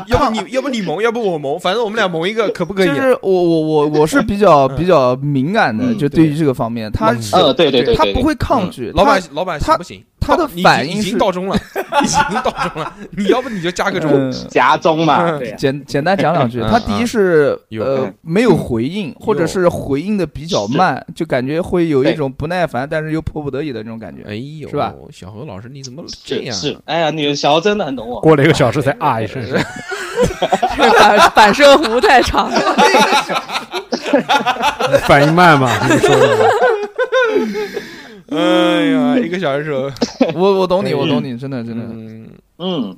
要不你，要不你蒙，要不我蒙，反正我们俩蒙一个，可嗯不可以啊就？是我我我我是比 较比较敏感的，嗯就对于这个方面，他嗯是呃，对对对，他对不，会抗拒，嗯老板他，老板他行不行？他的到你已经反应已是经到中了，已经到中了。你要不你就加个钟，嗯对家中嘛， 嗯对呀，啊简简单讲两句，嗯他第一是有嗯呃没有回应，或者是回应的比较慢，就感觉会有一种不耐烦，但是又迫不得已的那种感觉。哎呦，是吧？小何老师，你怎么这是啊样？是，哎呀，你小姚真的很懂我。过了一个小时才啊一声，这反反射弧太 长了。反应慢嘛，你说的哎呀，一个小时之后，我我懂你，嗯我懂你，真的 真的，嗯，嗯，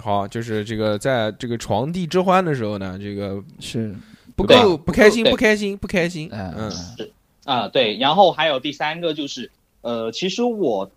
好，就是这个在这个床地之欢的时候呢，这个是不对够不开心，对不开心，不开心。哎嗯，啊，对，然后还有第三个就是，呃，其实我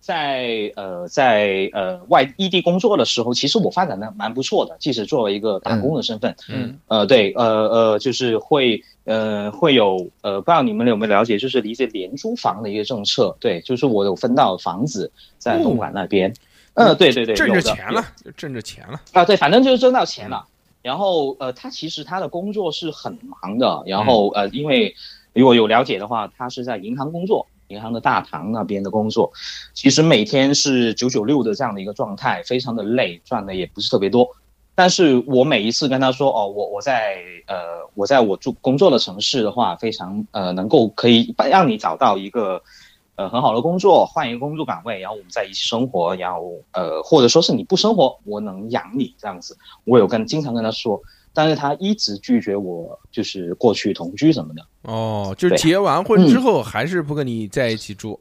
在呃在呃外异地工作的时候，其实我发展的蛮不错的，即使作为一个打工的身份，嗯嗯呃，对，呃呃，就是会呃会有呃，不知道你们有没有了解，就是理解廉租房的一个政策，对，就是我有分到房子在东莞那边，呃，对对对，挣有着的钱了，就挣着钱了。啊，对，反正就是挣到钱了。然后呃，他其实他的工作是很忙的。然后呃，因为如果有了解的话，他是在银行工作，银行的大堂那边的工作，其实每天是九九六的这样的一个状态，非常的累，赚的也不是特别多。但是我每一次跟他说，哦，我我在呃，我在我住工作的城市的话，非常呃，能够可以让你找到一个呃很好的工作，换一个工作岗位，然后我们在一起生活，然后呃，或者说是你不生活，我能养你这样子。我有跟经常跟他说，但是他一直拒绝我，就是过去同居什么的，哦，就是对嗯结完婚之后还是不跟你在一起住。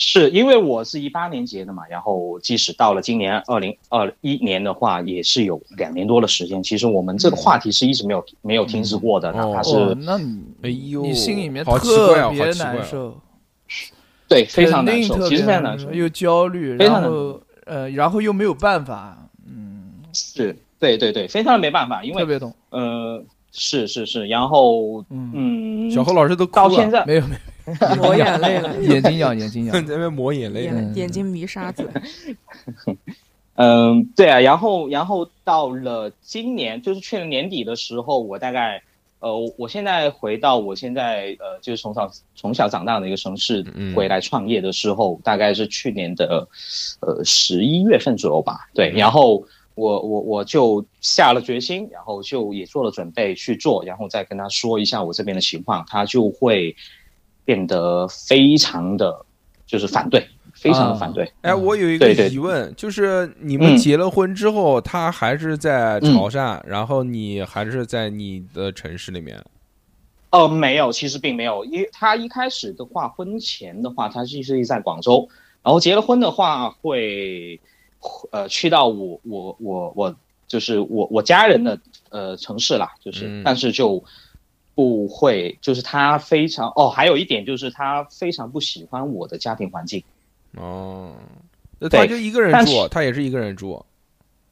是因为我是一八年结的嘛，然后即使到了今年二零二一年的话，也是有两年多的时间。其实我们这个话题是一直没有没有停止过的，嗯哪怕嗯是、哦，那你哎呦，你心里面好奇怪特啊，好别奇怪难啊。受，对非肯常难定受，特其别实非常难受受，，又焦虑，非常然后呃，然后又没有办法，嗯，是对对对，非常的没办法，因为特别懂，呃，是是是，然后嗯，嗯，小侯老师都哭到了，现在没 有没有，抹眼泪了，眼睛痒，眼睛 在 痒。那边抹眼泪。眼眼睛迷沙子。嗯，对啊，然后然后到了今年，就是去年年底的时候，我大概呃，我现在回到我现在呃，就是从小从小长大的一个城市嗯回来创业的时候，大概是去年的呃十一月份左右吧。对，然后我我我就下了决心，然后就也做了准备去做，然后再跟他说一下我这边的情况，他就会变得非常的就是反对，非常的反对。哎，嗯我有一个对对疑问，就是你们嗯结了婚之后，他还是在潮汕，然后你还是在你的城市里面。哦，没有，其实并没有，因为他一开始的话，婚前的话，他是是在广州，然后结了婚的话会，呃，去到我我我我就是我我家人的呃城市啦，就是，嗯但是就不会，就是他非常哦，还有一点就是他非常不喜欢我的家庭环境。哦，那他对就一个人但是住，他也是一个人住。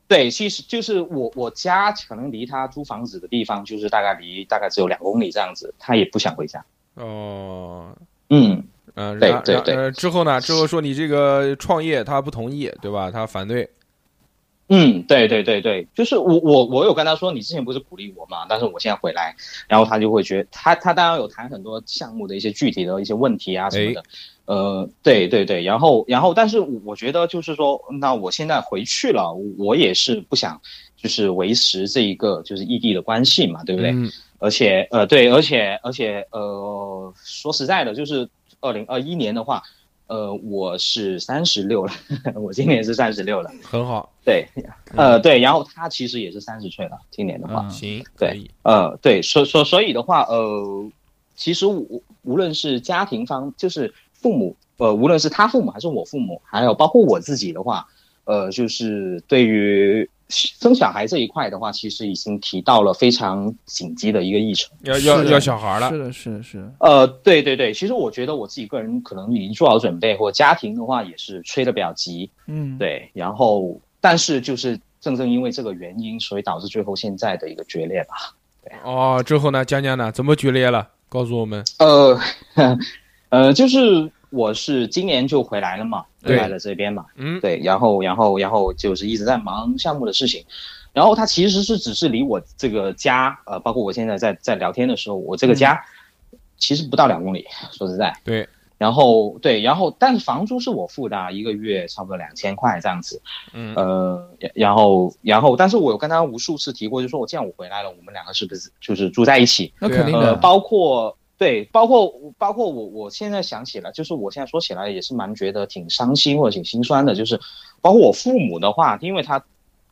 对，其实就是我我家可能离他租房子的地方就是大概离大概只有两公里这样子，他也不想回家。哦，嗯，嗯，对然对然对呃之后呢？之后说你这个创业，他不同意，对吧？他反对。嗯，对对对对，就是我我我有跟他说，你之前不是鼓励我嘛，但是我现在回来，然后他就会觉得他他当然有谈很多项目的一些具体的一些问题啊什么的，呃，对对对，然后然后但是我我觉得就是说，那我现在回去了，我也是不想就是维持这一个就是异地的关系嘛，对不对？嗯而且呃，对，而且而且呃，说实在的，就是二零二一年的话，呃，我是三十六了， 我今年是三十六了，很好，对，呃，对，然后他其实也是三十岁了，今年的话， 嗯行，对可以。呃，对，所所所以的话，呃，其实无无论是家庭方，就是父母，呃，无论是他父母还是我父母，还有包括我自己的话，呃，就是对于生小孩这一块的话，其实已经提到了非常紧急的一个议程。要要是的要小孩了是，的，是的，是的。呃，对对对，其实我觉得我自己个人可能已经做好准备，或者家庭的话也是催的比较急，嗯，对，然后但是就是正正因为这个原因，所以导致最后现在的一个决裂吧。哦，之后呢？江江呢？怎么决裂了？告诉我们。呃， 呃，就是我是今年就回来了嘛，回对来了这边嘛，嗯，对，然后然后然后就是一直在忙项目的事情，然后他其实是只是离我这个家，呃，包括我现在在在聊天的时候，我这个家、其实不到两公里，说实在，嗯对，然后对，然后但是房租是我付的啊，一个月差不多两千块这样子，嗯呃，然然后然后，但是我有跟他无数次提过，就说我既然我回来了，我们两个是不是就是住在一起？那对啊肯定呃，的。包括对，包括包括我，我现在想起来，就是我现在说起来也是蛮觉得挺伤心或者挺心酸的，就是包括我父母的话，因为他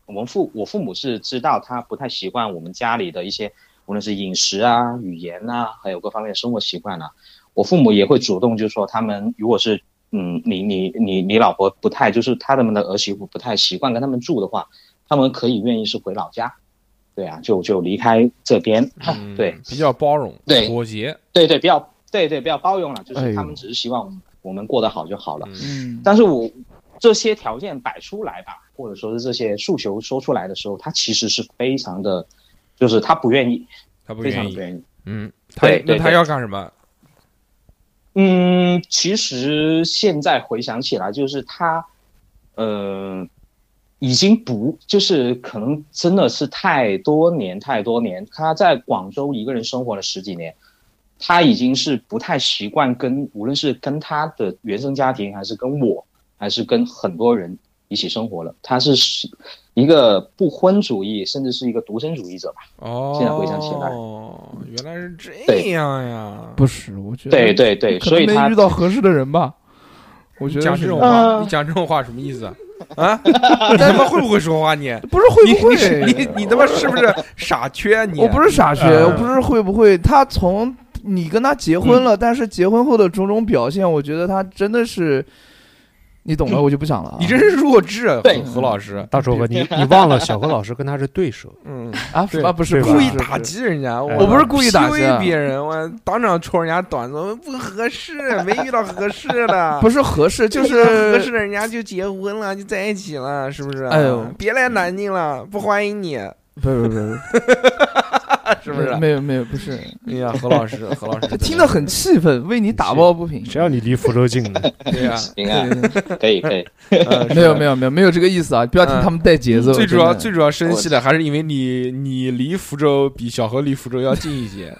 我们父我父母是知道他不太习惯我们家里的一些，无论是饮食啊、语言啊，还有各方面的生活习惯啊，我父母也会主动就说他们如果是。嗯，你你你你老婆不太，就是他们的儿媳妇不太习惯跟他们住的话，他们可以愿意是回老家，对啊，就就离开这边，嗯呃对，比较包容，对妥协。对对，不要对对不要包容了，就哎是呦他们只是希望我们过得好就好了。嗯嗯，但是我这些条件摆出来吧，或者说是这些诉求说出来的时候，他其实是非常的，就是他不愿意，他不非常愿地意不。愿意。嗯，他对那对他对要干什么？嗯，其实现在回想起来，就是他，呃，已经不就是可能真的是太多年太多年，他在广州一个人生活了十几年，他已经是不太习惯跟无论是跟他的原生家庭，还是跟我，还是跟很多人一起生活了。他是是一个不婚主义，甚至是一个独身主义者吧？哦，现在回想起来嗯哦，原来是这对样呀！不是，我觉得对对对，可所能以他没遇到合适的人吧。我觉得讲是这种 样话，嗯你讲这种话什么意思啊？啊，你他 妈会不会说话你？不是 会你不你是你会？你他妈是不是傻缺？啊你我啊不是傻学，嗯我不是会不会？他从你跟他结婚了，但是结婚后的种种表现，我觉得他真的是，你懂的，我就不讲了啊。你真是弱智啊，对何老师。大周哥，你你忘了小何老师跟他是对手，嗯，啊？什对么不是对吧故不意是不是打击人家，哎我我不是故意打击啊 PUA 别人，我当场戳人家短子，不合适，没遇到合适的，啊 不是合适，就遇到合适是的人家就结婚了，就在一起了，是不是？啊哎呦别来南京了，不欢迎你，不是不是不是，是啊不是？没有没有，不是，哎呀，何老师，何 老师他听得很气愤，为你打抱不平。只要你离福州近了，对呀，行啊，对对对可 以可以，嗯是没有没有没有没有这个意思啊！不要听他们带节奏。最主要最真主要生气的还是因为你你离福州比小何离福州要近一些，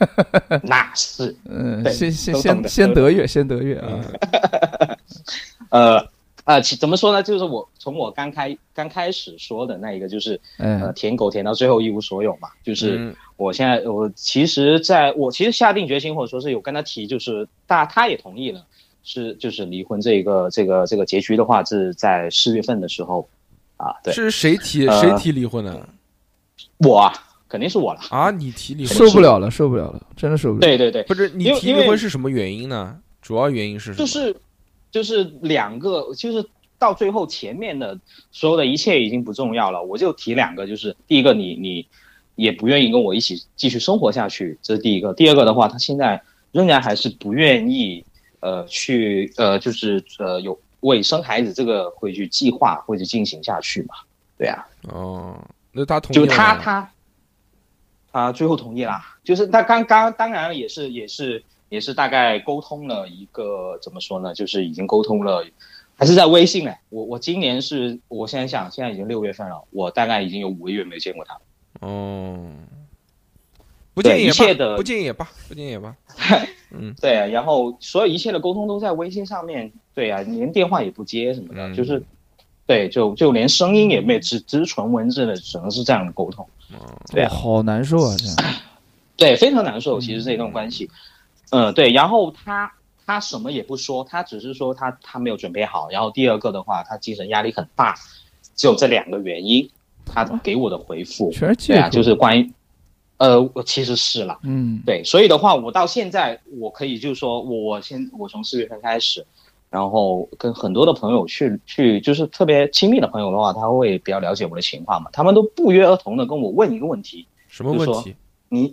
那是的嗯，对先先都懂先的先都懂得月，先得月啊！嗯呃呃，其怎么说呢？就是我从我刚开刚开始说的那一个，就是呃，嗯舔狗舔到最后一无所有嘛， 就是。嗯我现在我其实在我其实下定决心，或者说是有跟他提，就是大他也同意了，是就是离婚这一个这个这个结局的话是在四月份的时候，啊，对是谁提呃谁提离婚的我啊肯定是我了，啊？你提离婚，受不了了，受不了了，真的嗯受不了。对对对，不是你因为提因离为婚是什么原因呢？主要原因是什就么？是就是两个，就是到最后前面的所有的一切已经不重要了，我就提两个，就是第一个你你也不愿意跟我一起继续生活下去，这是第一个；第二个的话，他现在仍然还是不愿意呃去呃就是呃有为生孩子这个会去计划会去进行下去嘛，对啊，哦，那他同就意是他了吗他啊，最后同意啦。就是他刚刚当然也是也是也是大概沟通了一个怎么说呢，就是已经沟通了，还是在微信呢。我我今年是我现在想现在已经六月份了，我大概已经有五个月没见过他了。哦，不对见也一切罢，的不见也罢，不见也罢。嗯，对啊，然后所有一切的沟通都在微信上面。对啊，连电话也不接什么的，嗯就是对，就就连声音也没有，只只是纯文字的，只能是这样的沟通。对哇，啊好难受啊！这样，对，非常难受。其实这段关系，嗯、对。然后他他什么也不说，他只是说他他没有准备好。然后第二个的话，他精神压力很大，只有这两个原因。他给我的回复，全是对借啊，口。就是关于，呃，我其实是啦，嗯，对。所以的话，我到现在我可以就是说我我先我从四月份开始。然后跟很多的朋友去去，就是特别亲密的朋友的话，他会比较了解我的情况嘛。他们都不约而同的跟我问一个问题：什么问就说题？你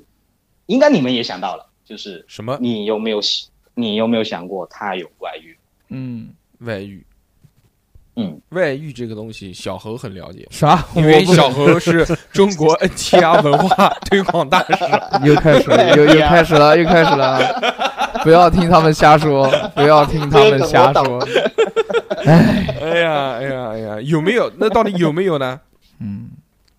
应该你们也想到了，就是什么你有没有想你有没有想过他有外遇？嗯，外遇？嗯，外遇这个东西，小何很了解，啥？因为小何是中国 NTR 文化推广大使。又开始了，又又开始了，又开始了！不要听他们瞎说，不要听他们瞎说。 哎呀，哎呀，哎呀，有没有？那到底有没有呢？嗯，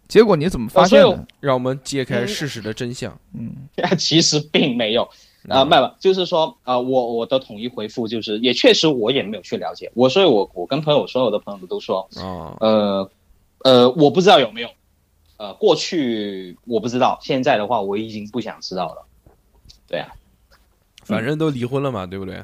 结果你怎么发现哦所以的？让我们揭开事实的真相。嗯， 其实并没有啊，没有、就是说啊、呃我我的统一回复就是，也确实我也没有去了解，我所以我我跟朋友所有的朋友都说，啊，呃呃，我不知道有没有，呃，过去我不知道，现在的话我已经不想知道了。对啊，反正都离婚了嘛，对不对？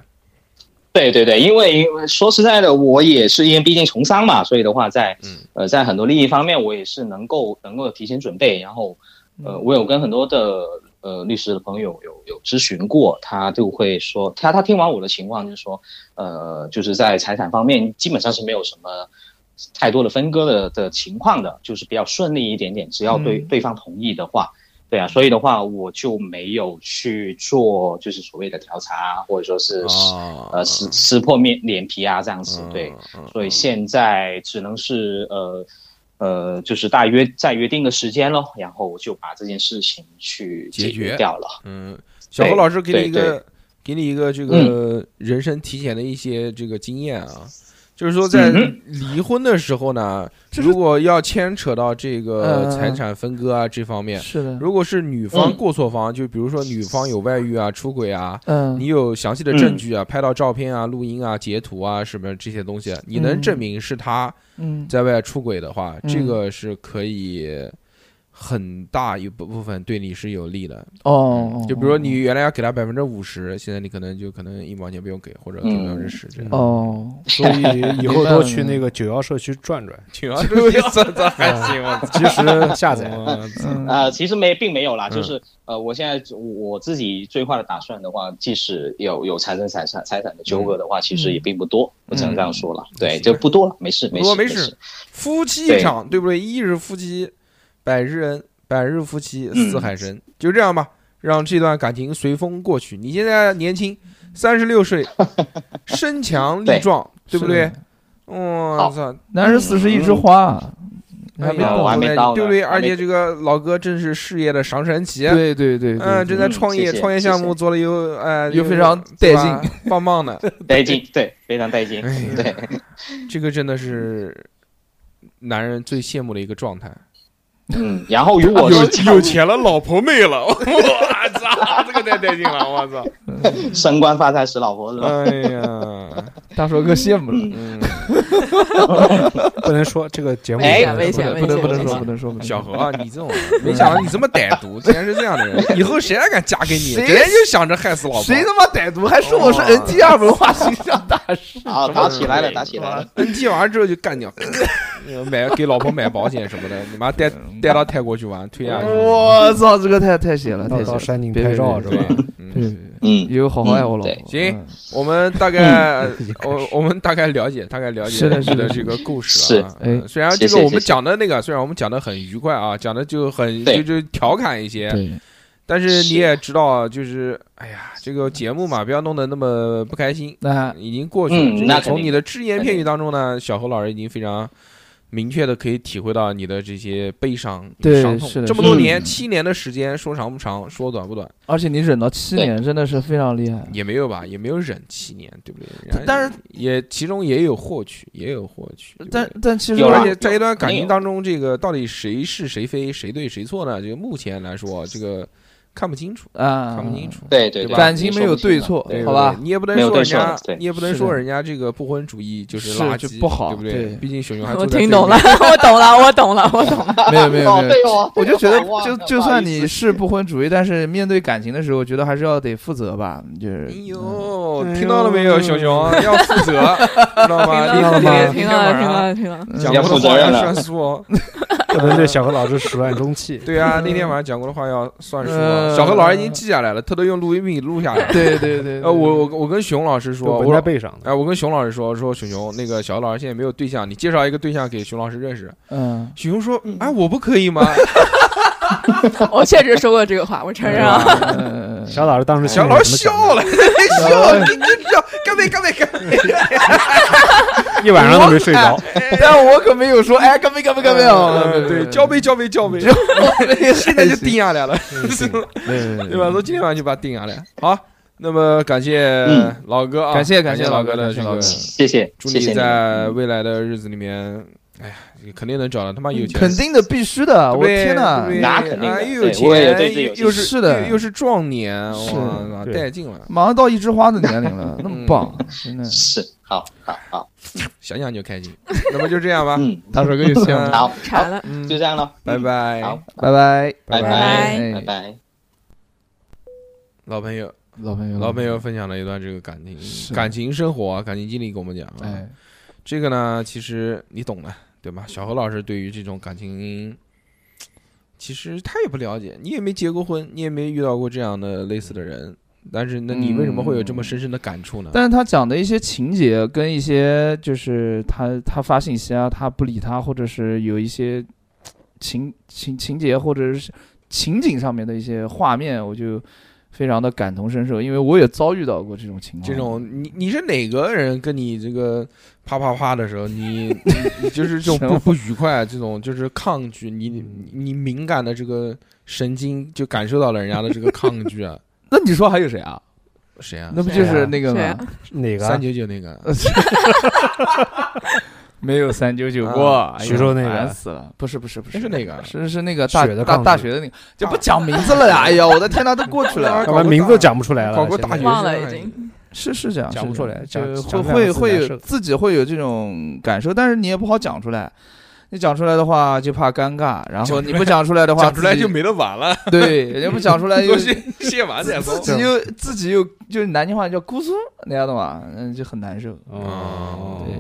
对对对，因为因为说实在的，我也是因为毕竟从商嘛，所以的话在，嗯呃在很多利益方面，我也是能够能够提前准备。然后，呃，我有跟很多的呃律师的朋友有有咨询过，他就会说，他他听完我的情况，就是说，呃，就是在财产方面基本上是没有什么太多的分割的的情况的，就是比较顺利一点点，只要对、嗯对方同意的话。对啊，所以的话，我就没有去做，就是所谓的调查，或者说是啊，呃撕撕破面脸皮啊这样子，对，嗯，嗯所以现在只能是呃呃，就是大约在约定的时间咯，然后我就把这件事情去解解决决掉了。嗯，小何老师给你一对嗯个，给你一个这个人生提前的一些这个经验啊，就是说在嗯哼离婚的时候呢，这是如果要牵扯到这个嗯嗯嗯财产分割啊这方面，是的，如果是女方呃嗯过错方，就比如说女方有外遇啊、出轨啊，嗯你，有详细的证据啊，拍到照片啊、录音啊、截图啊什么这些东西，你能嗯证明是他嗯，在外出轨的话，嗯这个是可以。很大一部部分对你是有利的，哦，就比如说你原来要给他百分之五十，现在你可能就可能一毛钱不用给，或者给嗯百分之十这样。哦，所以以后多去那个九幺社区转转。挺啊，这个算算还行，我操及时下载，嗯呃，其实没，并没有啦，嗯就是呃，我现在我自己最坏的打算的话，即使有有财产财产财产的纠葛的嗯话，其实也并不多，我只能这样说了。对，行就不多了，没事，嗯不没多事，没事事。夫妻一场，对不对？一日夫妻百日恩，百日夫妻似海深，就这样吧，让这段感情随风过去。你现在年轻，三十六岁，身强力壮，对不对？我操，男人四十一枝花，还没哎呀懂我还没到呢对不对？而还没且这个老哥正是事业的上升期，对对对，嗯，对正在嗯创谢业，谢创业谢项谢目做了又呃又非常带，是劲吧棒棒的。带劲，对，非常带劲，哎对，这个真的是男人最羡慕的一个状态。嗯。然后如果有是有钱了，老婆妹了， 我操，这个太带劲了，我操！ 升官发财娶老婆是吧？哎呀，大硕哥羡慕了。嗯，不能说这个节目。哎危险不能不危能险说不能说不能说，小何啊，你这种人没想到你这么歹 毒，竟然是这样的人，以后谁还敢嫁给你？谁谁就想着害死老婆？谁他妈歹毒，还说我是 NTR 文化形象大嗯使？ 好，啊打起来了，打起来了。 NT 嗯完之后就干掉， 买给老婆买保险什么的，你妈带带到泰国去玩，推下去。 我操，这个太太邪了，到太邪到了！山顶别拍照是别吧？嗯，嗯，嗯，以后好好爱我老婆。嗯对嗯，我们大概已经，开始我我们大概了解，大概了解是的你是的这个故事啊。是哎嗯虽然这谢个谢我们谢谢讲的那个，虽然我们讲的很愉快啊，讲的就很对就就调侃一些，对，但是是你也知道，就是哎呀，这个节目嘛，不要弄得那么不开心，那已经过去了。嗯这个那肯定从你的只言肯片定语当中呢，小侯老师已经非常明确的可以体会到你的这些悲伤、对伤是痛。的这么是多的年，嗯七年的时间，说长不长，说短不短，而且你忍到七对年，真的是非常厉害。也没有吧，也没有忍七年，对不对？然后但是也其中也有获取，也有获取，对不但对但其实有我啦而且在一段感肯定情有当中，这个到底谁是谁非，谁对谁错呢？这个目前来说，这个看不清楚，啊，看不清楚。对对对吧对，感情没有对错对，好吧？你也不能没有说对人家错，对你也不能是说的人家这个不婚主义就是是垃就圾，不好对不对对？毕竟熊熊还我坐在听对懂了面， 我懂了，我懂了，我懂了。没有没有 哦没有对。哦，我就觉哎得对哦，就忘了就不好算意你思是不婚主义，但是面对感情的时候，我觉得还是要得负责吧，就是 哎嗯呦，哎呦听到了没有，熊熊要负责，知道吗？听到了吗今听天到了，晚听到上了，听到了。讲要过负的责话任要了算数哦。不能对小何老师始乱终弃。对啊，那天晚上讲过的话要算数哦。嗯小何老师已经记下来了，偷偷用录音笔录下来。对对对，呃，我我我跟熊老师说，都我纹在说背上的。哎，我跟熊老师说，说熊熊，那个小何老师现在没有对象，你介绍一个对象给熊老师认识。嗯，熊熊说，哎，我不可以吗？我确实说过这个话，我承认啊。嗯小老师啊当时小心里老师哎怎么想 笑了，笑，你你笑，干杯干杯干杯！的，一晚上都没睡着。但我可没有说，哎，干杯干杯干杯啊！嗯对，交杯交 杯交杯，现在就定下来了， 对对对吧？说今天晚上就把它定下来。好，那么感谢嗯老哥啊，感谢感感谢老老哥哥的感谢这个老哥，谢谢，祝谢谢你你在未来的日子里面，哎呀，肯定能找到他妈有钱肯人。定的，必须的，对不我对天哪对不！对那肯定的啊又有对我也对钱，自己又又有信心是是的又又是壮年，是哇，对带劲了，马上到一枝花的年龄了，嗯那么棒，真的。是，好好好，想想就开心。那么就这样吧，嗯， 大帅哥又见了好，馋好，了，嗯就，这样了，拜拜，好，拜拜，哎拜拜拜拜。老朋友，老朋友，老朋友，分享了一段这个感嗯是情、感情生活啊、感情经历，跟我们讲啊。哎，这个呢，其实你懂的，对吧？小何老师对于这种感情，其实他也不了解，你也没结过婚，你也没遇到过这样的类似的人，但是那你为什么会有这么深深的感触呢？嗯但是他讲的一些情节跟一些就是他他发信息啊，他不理他，或者是有一些情情情节或者是情景上面的一些画面，我就非常的感同身受，因为我也遭遇到过这种情况。这种你你是哪个人跟你这个啪啪啪的时候，你你你就是这种什不么不愉快，这种就是抗拒，你你你敏感的这个神经就感受到了人家的这个抗拒啊，那你说还 有谁啊？谁啊？那不就是那个谁吗啊？哪个啊三？九九那个，呃 没有三九九啊过，哎呀徐州那个烦死了，不是不是不那是是哪个？是是那个大血的大抗大拒学的那个，就不讲名字了 呀！哎呀，我的天呐，都过去了，干嘛名字讲不出来了？搞过大学现在忘了已经。是是这样，讲是不这出样来讲就会讲出来会我自会然有受自己会有这种感受，但是你也不好讲出来。你讲出来的话就怕尴尬，然后你不讲出来的话，讲出来自己就没得玩 了，对，人家不讲出来 又东自西卸完再 说。己又自己又就是南京话叫姑苏，你知道吗？嗯，就很难受。哦，对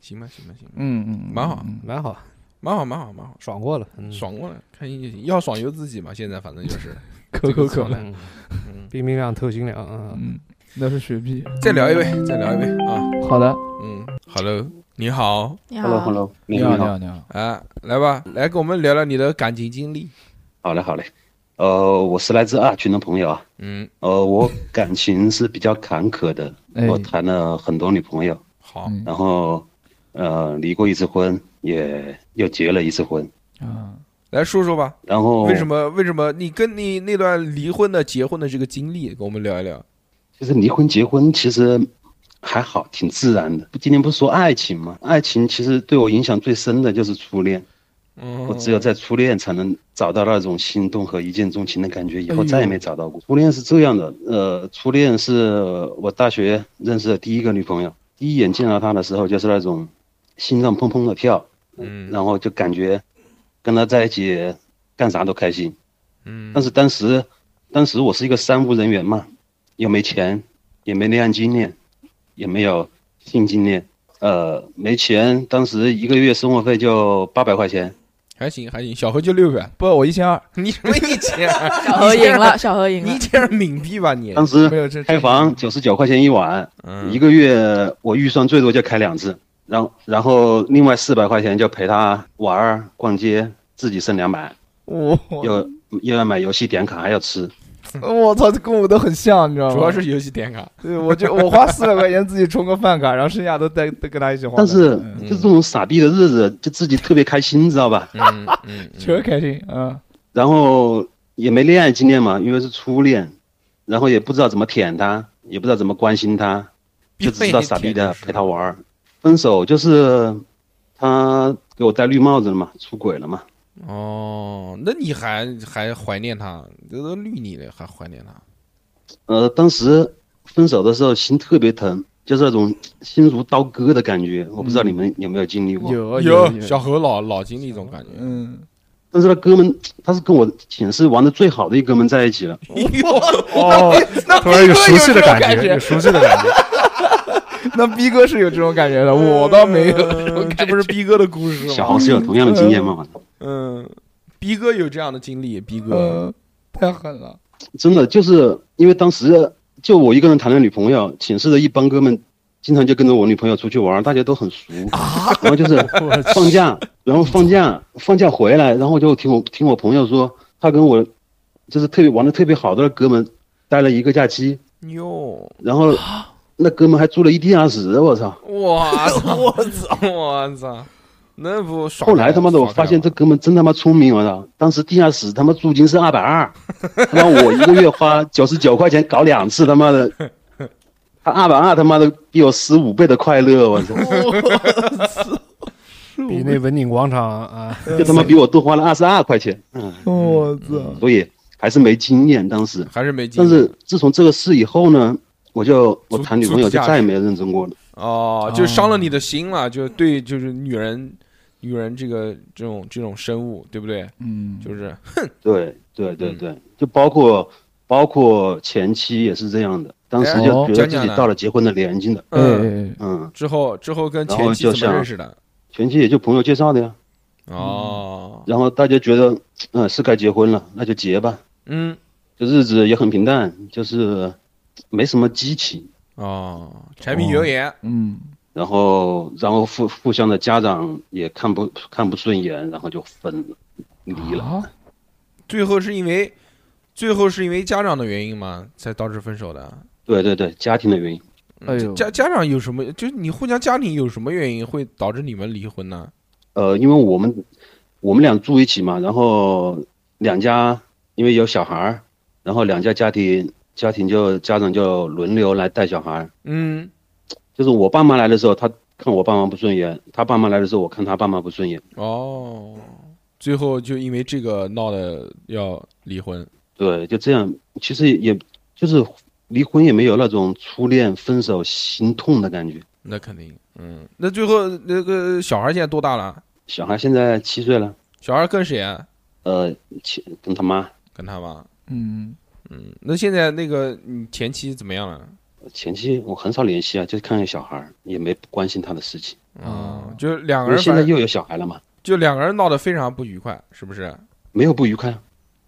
行吧，行吧，行吧，嗯嗯，蛮好嗯蛮好，蛮好，蛮好，蛮好，爽过了，嗯，爽过来，开心就行。要爽由自己嘛，现在反正就是。可这个口错可了乐，嗯，嗯，冰冰亮透心凉啊！嗯，那是雪碧。再聊一位，再聊一位啊。好的，嗯，Hello，你好，你 Hello，Hello，你好，你好，你好。啊，来吧，来跟我们聊聊你的感情经历。好嘞，好嘞，呃，我是来自二群的朋友啊，嗯，呃，我感情是比较坎坷的， 哎我谈了很多女朋友，好，嗯然后呃，离过一次婚，也又结了一次婚，啊，来说说吧，然后为什么？为什么你跟你那段离婚的、结婚的这个经历，跟我们聊一聊？其实离婚结婚其实还好，挺自然的。今天不是说爱情吗？爱情其实对我影响最深的就是初恋，嗯，哦我只有在初恋才能找到那种心动和一见钟情的感觉，以哎呦后再也没找到过。初恋是这样的，呃，初恋是我大学认识的第一个女朋友，第一眼见到她的时候就是那种心脏砰砰的跳，嗯然后就感觉跟她在一起干啥都开心。嗯，但是当时，当时我是一个三无人员嘛，又没钱，也没恋爱经验，也没有性经验，呃，没钱，当时一个月生活费就八百块钱，还行还行，小何就六百，不，我一千二，你什么一千二？ 小何赢了，小何赢你了，这样冥币吧你？当时没有这开房九十九块钱一晚，嗯一个月我预算最多就开两次，然后然后另外四百块钱就陪他玩儿、逛街，自己剩两百，我又又要买游戏点卡，还要吃，我操，这跟我都很像，你知道吗？主要 是游戏点卡，对，我就我花四百块钱自己充个饭卡，然后剩下都带都跟他一 起花的。但是嗯就这种傻逼的日子，就自己特别开心，知道吧？嗯嗯，确实开心，嗯，然后也没恋爱经验嘛，因为是初恋，然后也不知道怎么舔她，也不知道怎么关心她， 就只知道傻逼的陪她玩儿。分手就是她给我戴绿帽子了嘛，出轨了嘛。哦，那你还还怀念他？这都绿你了，还怀念他？呃，当时分手的时候心特别疼，就是那种心如刀割的感觉。我不知道你们有没有经历过。有有小何老老经历这种感觉。嗯，但是那哥们他是跟我寝室玩的最好的一哥们在一起了，嗯哦，突然有熟悉的感觉，有熟悉的感觉。那逼哥是有这种感觉的，我倒没有。有，这不是逼哥的故事小吗豪？是有同样的经验吗？嗯，逼哥有这样的经历，逼哥，呃，太狠了，真的就是因为当时就我一个人谈了女朋友，寝室的一帮哥们经常就跟着我女朋友出去玩，大家都很熟。然后就是放假，然后放假放假回来，然后就听我听我朋友说，他跟我就是特别玩的特别好的那哥们待了一个假期，哟，然后那哥们还住了一地二十，我操！我操，我操，我操，那不爽后来他妈的，我发现这哥们真他妈聪明，我操！当时地下室他妈租金是二百二，他妈我一个 月花九十九块钱搞两次，他妈的，他二百二他妈的比我十五倍的快乐，我操！比那文鼎广场啊，就他妈比我多花了二十二块钱，嗯，哦我操！所以还是没经验当时。还是没经但历，是自从这个事以后呢，我就我租谈女朋友租就不下再也去没认真过了。哦，就伤了你的心了，就对，就是女人，女人这个这种这种生物，对不对？嗯，就是对对对嗯对，就包括包括前妻也是这样的，当时哎就哦觉讲得自讲己呢到了结婚的年纪了，哎嗯，哎，嗯，之后之后跟然前后妻就怎么像认识的？前妻也就朋友介绍的呀。哦，然后大家觉得，嗯、是该结婚了，那就结吧。嗯，这日子也很平淡，就是没什么激情。哦，柴米油盐，嗯，然后，然后互互相的家长也看不看不顺眼，然后就分了，离了。啊，最后是因为最后是因为家长的原因嘛，才导致分手的。对对对，家庭的原因。嗯哎这呦家家长有什么？就是你互相家庭有什么原因会导致你们离婚呢？呃，因为我们我们俩住一起嘛，然后两家因为有小孩儿，然后两家家庭家庭就家长就轮流来带小孩儿。嗯，就是我爸妈来的时候，他看我爸妈不顺眼；他爸妈来的时候，我看他爸妈不顺眼。哦，最后就因为这个闹的要离婚。对，就这样。其实也就是离婚也没有那种初恋分手心痛的感觉。那肯定，嗯，那最后那个小孩现在多大了？小孩现在七岁了，小孩跟谁啊？呃，七跟他妈跟他吧。嗯，嗯，那现在那个你前妻怎么样了？嗯前期我很少联系啊，就是看看小孩儿，也没关心他的事情。啊、哦就两因个为人，现在反正又有小孩了嘛，就两个人闹得非常不愉快，是不是？没有不愉快，啊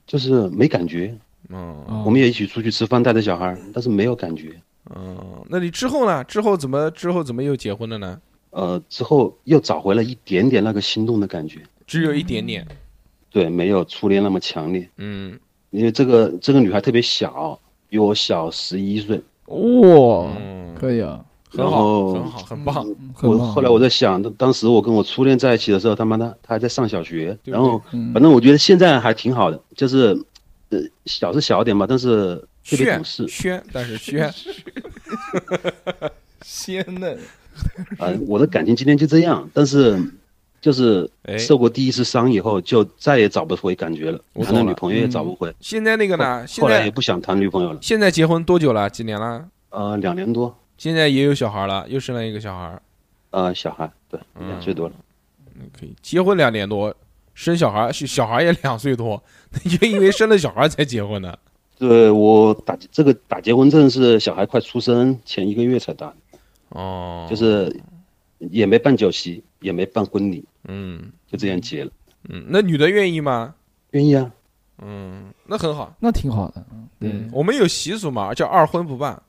就是没感觉。嗯哦我们也一起出去吃饭，带着小孩儿，但是没有感觉。嗯，那你之后呢？之后怎么之后怎么又结婚了呢？呃，之后又找回了一点点那个心动的感觉，只有一点点，对，没有初恋那么强烈。嗯，因为这个这个女孩特别小，比我小十一岁，哇，嗯可以啊，很然好，后很好，很棒。嗯我后来我在想，当当时我跟我初恋在一起的时候，他妈的他还在上小学，对然后嗯反正我觉得现在还挺好的，就是呃小是小点吧，但是特别炫懂事炫，但是 炫，鲜嫩，啊、我的感情今天就这样，但是就是哎，受过第一次伤以后，就再也找不回感觉了，我谈懂的了女朋友也嗯找不回，现在那个呢？现后来也在不想谈女朋友了。现在结婚多久了？几年了？呃，两年多，现在也有小孩了，又生了一个小孩。呃，小孩对嗯两岁多了，嗯，可以。结婚两年多，生小孩，小小孩也两岁多， 那就因为生了小孩才结婚的。对我打这个打结婚证是小孩快出生前一个月才打的，哦，就是也没办酒席，也没办婚礼，嗯就这样结了。嗯，那女的愿意吗？愿意啊，嗯，那很好。那挺好的，嗯对嗯，我们有习俗嘛，叫二婚不办。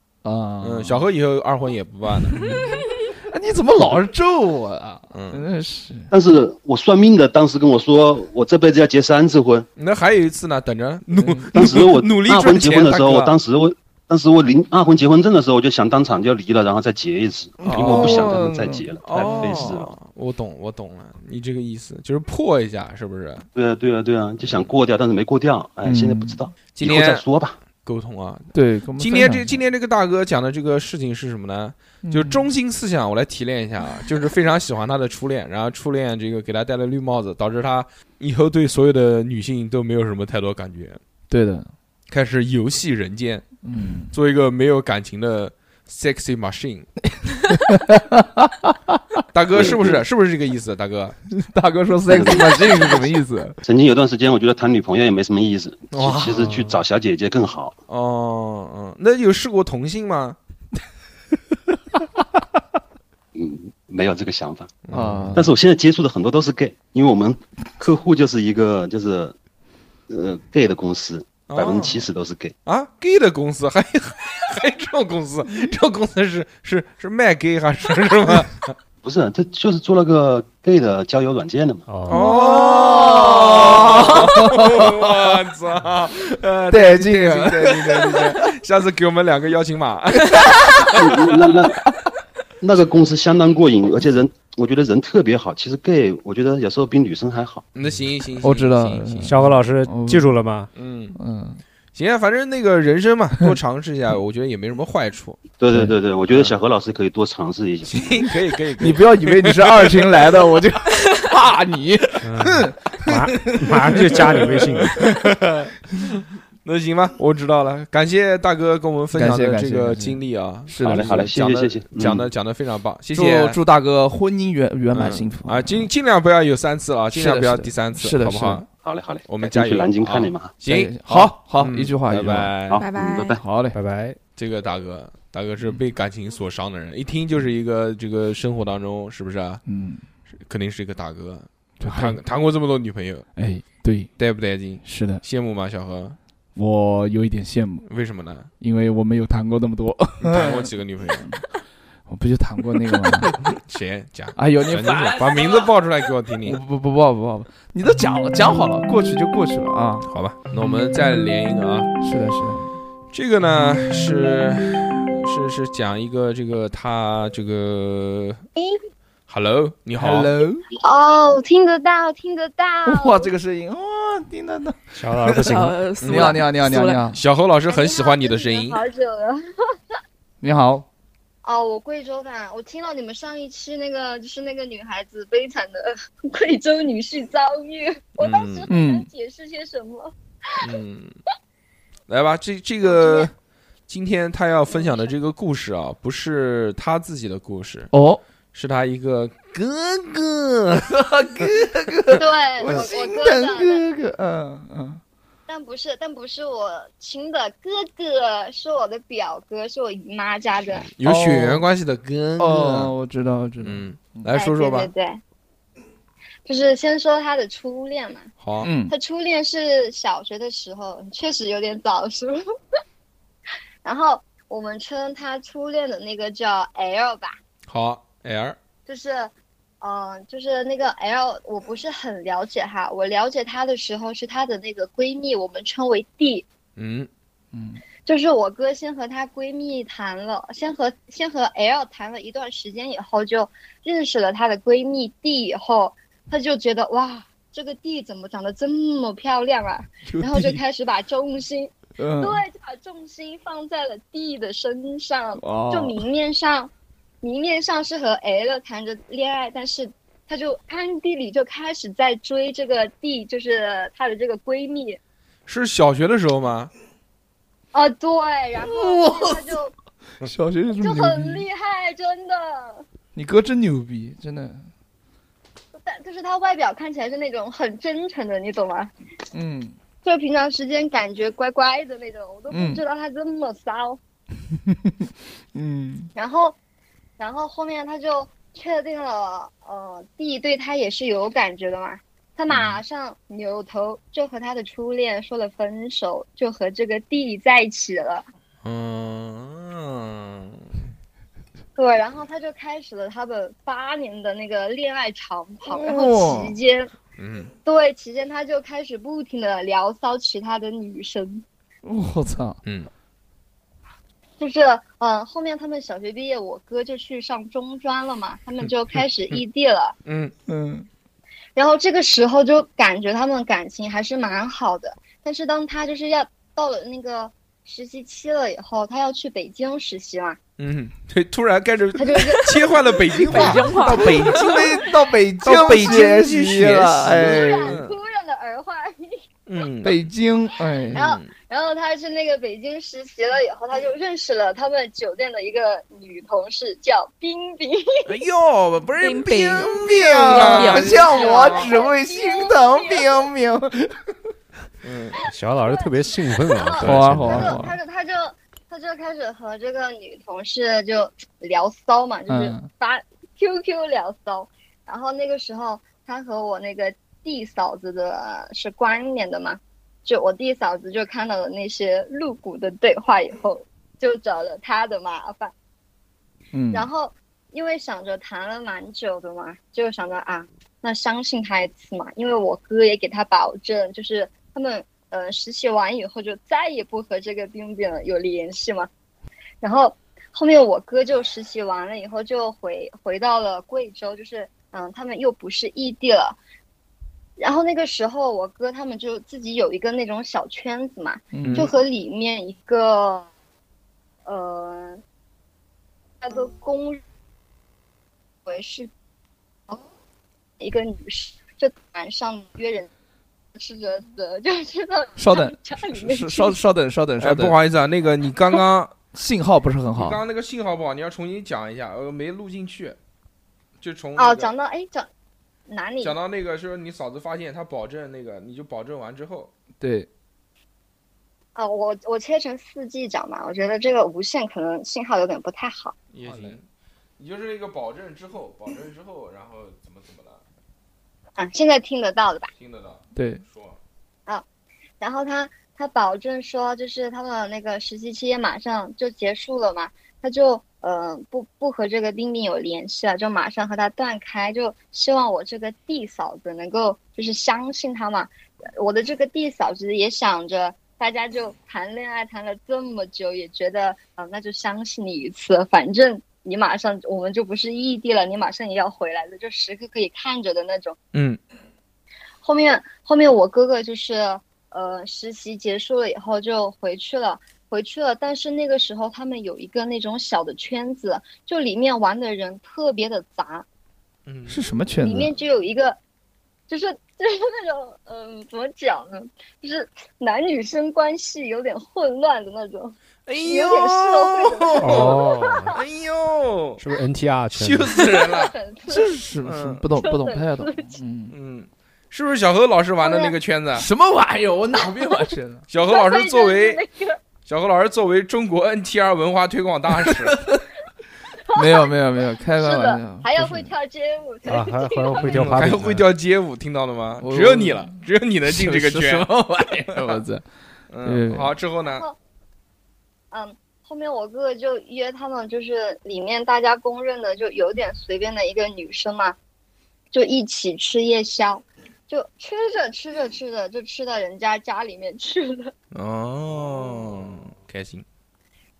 啊，哦嗯，小何以后二婚也不办了。哎你怎么老是咒我啊？真嗯，的是，但是我算命的当时跟我说，我这辈子要结三次婚。 那还有一次呢，等着努嗯当时 我努力二婚赚结钱，婚的时候，大哥我当时我当时我领二婚结婚证的时候，我就想当场就离了，然后再结一次，因为我不想跟他再结了，太费事啊了。哦，我懂，我懂了，你这个意思就是破一下，是不是？对啊，对啊，对啊，就想过掉，但是没过掉，哎，嗯现在不知道，今以后再天说吧。沟通啊，对，跟我们今天分这享今天这个大哥讲的这个事情是什么呢？嗯就是中心思想，我来提炼一下啊，就是非常喜欢他的初恋，然后初恋这个给他戴了绿帽子，导致他以后对所有的女性都没有什么太多感觉，对的，开始游戏人间，嗯，做一个没有感情的 sexy machine。大哥是不是是不是这个意思？大 哥，大哥说 sex machine 是什么意思？曾经有段时间，我觉得谈女朋友也没什么意思，哇其其实去找小姐姐更好。 哦，嗯，那有试过同性吗？嗯，没有这个想法。啊，但是我现在接触的很多都是 gay，因为我们客户就是一个就是，呃，gay 的公司，哦百分之七十十都是 gay。啊，gay 的公司还 还还这种公司，这种公司是是是卖 gay 还是什么？不是，啊这就是做那个 gay 的交友软件的嘛。哦，哦，我操，呃，带劲对啊！对对对对，下次给我们两个邀请码。那那那个公司相当过瘾，而且人我觉得人特别好。其实 gay 我觉得有时候比女生还好。那行行，行我知道行行行小何老师哦记住了吗？嗯，嗯，行啊，反正那个人生嘛，多尝试一下，我觉得也没什么坏处。对对对对，我觉得小何老师可以多尝试一下。行， 可以可以，可以 你不要以为你是二群来的， 我就怕你。嗯马马上就加你微信。那行吧，我知道了，感谢大哥跟我们分享的感谢这个感谢经历啊，是好嘞好嘞，谢讲谢的谢谢，嗯讲的讲的非常棒，谢祝谢。祝大哥婚姻圆圆满嗯幸福啊，尽尽量不要有三次啊，尽量不要是的第三次，是的好不是好的？好嘞好嘞，我们改加天去油，南京看你啊们啊。行，好好，嗯一句话，一拜句话，拜，好，拜拜嗯拜拜。好嘞，拜拜。这个大哥，大哥嗯是被感情所伤的人，一听就是一个这个生活当中是不是啊？嗯，肯定是一个大哥，就还谈谈过这么多女朋友，哎，对，带不带劲？是的，羡慕吗，小何？我有一点羡慕，为什么 呢？因为我没有谈过那么多，你谈过几个女朋友？ 我不就谈过那个吗？ 谁讲？哎呦，你神经烦！病，把名字报出来给我听听我。不不不报不报不，你都讲了讲好了，过去就过去了啊。好吧，那我们再连一个啊。是的，是的，这个呢是是是讲一个这个他这个，Hello，你好 Hello，哦，听得到，听得 到。哇，这个声音哇，听得到。小何老师不行了，呃，俗你好，了你好，你好，你好，俗了你好，小何老师哎很喜欢你的声你音好，听你们好久了。你好。哦，我贵州的，我听到你们上一期那个，就是那个女孩子悲惨的贵州女婿遭遇， 我当时很嗯难解释些什 么。嗯，来吧，这这个今天他要分享的这个故事啊，不是他自己的故事，哦，是他一个哥哥，对，我我我心哥疼的，哥哥，嗯嗯，但不是，但不是我亲的哥哥，是我的表哥，是我姨妈家的。有血缘关系的哥哦，哥。我知道，我知道。嗯，来说哎说吧对。对对，就是先说他的初恋嘛。好，嗯，他初恋是小学的时候， 确实有点早熟。 然后我们称他初恋的那个叫 L 吧，好，L，就是，嗯、就是那个 L，我不是很了解他。我了解他的时候是他的那个闺蜜，我们称为 D。嗯，就是我哥先和她闺蜜谈了，先和先和 L 谈了一段时间以后，就认识了她的闺蜜 D 以后，她就觉得哇，这个 D 怎么长得这么漂亮啊？然后就开始把重心，嗯，对，就把重心放在了 D 的身上，哦，就明面上，明面上是和 L 谈着恋爱，但是她就暗地里就开始在追这个 D，就是她的这个闺蜜。是小学的时候吗？啊，对，然后他就小学就这就么很牛逼，厉害，真的。你哥真牛逼，真的，但就是他外表看起来是那种很真诚的，你懂吗？嗯，就平常时间感觉乖乖的那种，我都嗯不知道他这么骚。嗯，然后，然后后面他就确定了，呃，D 对他也是有感觉的嘛。他马上扭头就和他的初恋说了分手，就和这个 D 在一起了。嗯，对，然后他就开始了他们八年的那个恋爱长跑，然后期间嗯，对，期间他就开始不停的聊骚其他的女生，我操，就是嗯、呃后面他们小学毕业，我哥就去上中专了嘛，他们就开始异地了。嗯，嗯，然后这个时候就感觉他们感情还是蛮好的，但是当他就是要到了那个实习期了以后，他要去北京实习嘛，嗯， 对，突然开始 他就是切换了北京话，北京话到北京京到北京到北京学去习学了，习突哎，然突然的儿化音。嗯，北京，哎，然后，然后他去那个北京实习了以后，他就认识了他们酒店的一个女同事，叫冰冰。哎呦，不是冰冰冰冰啊，冰冰像我只会心疼冰冰，嗯，小老师特别兴奋啊！好啊好啊他好就啊他就他就他就开始和这个女同事就聊骚嘛，就是嗯发 QQ 聊骚。然后那个时候，他和我那个弟嫂子的是关联的嘛，就我弟嫂子就看到了那些露骨的对话以后，就找了他的麻烦。嗯，然后因为想着谈了蛮久的嘛，就想着啊，那相信他一次嘛，因为我哥也给他保证，就是他们呃实习完以后就再也不和这个冰冰有联系嘛。然后后面我哥就实习完了以后就回回到了贵州，就是嗯他们又不是异地了。然后那个时候，我哥他们就自己有一个那种小圈子嘛，嗯就和里面一个，呃，那个公认为是一个女士，就晚上约人吃着的， 就知道稍等家里面稍稍稍等稍等稍哎，等，不好意思啊，那个你刚刚信号不是很你刚好，刚那个信号不好，你要重新讲一下，呃，没录进去，就从那哦，个讲到哎讲哪里讲到那个，说你嫂子发现他保证那个，你就保证完之后，对，啊、我我切成四 G 讲嘛，我觉得这个无线可能信号有点不太好。也好的行，你就是一个保证之后，保证之后，然后怎么怎么了，啊，现在听得到了吧？听得到，对，说，然后他他保证说，就是他们那个实习期也马上就结束了嘛，他就呃不不和这个冰冰有联系了，就马上和他断开，就希望我这个弟嫂子能够就是相信他嘛。呃我的这个弟嫂子也想着，大家就谈恋爱谈了这么久，也觉得嗯、呃那就相信你一次，反正你马上我们就不是异地了，你马上也要回来的，就时刻可以看着的那种。嗯后面后面我哥哥就是呃实习结束了以后就回去了，回去了。但是那个时候他们有一个那种小的圈子，就里面玩的人特别的杂，嗯是什么圈里子？面就有一个，就是 就是那种嗯、怎么讲呢，就是男女生关系有点混乱的那种。 哎有点社呦，哦，哎呦，是不是 NTR 圈羞死人了，很特这是什么什么？不懂不懂不太懂， 嗯，嗯，是不是小何老师玩的那个圈子？啊什么玩意儿？我哪没玩这个？小何老所师以就是作为那个小何老师作为中国 NTR 文化推广大 使， 没有没有没有，开是个玩笑的，，还要不会是跳街舞才啊，还还会跳芭嗯还比，会跳街舞，听到了吗？我只有你了，只有你能进这个是什圈。么玩意 儿？我操！嗯，对好，之后呢？嗯，后面我哥哥就约他们，就是里面大家公认的就有点随便的一个女生嘛，就一起吃夜宵，就吃着吃着吃着就吃到人家家里面去了。哦，开心。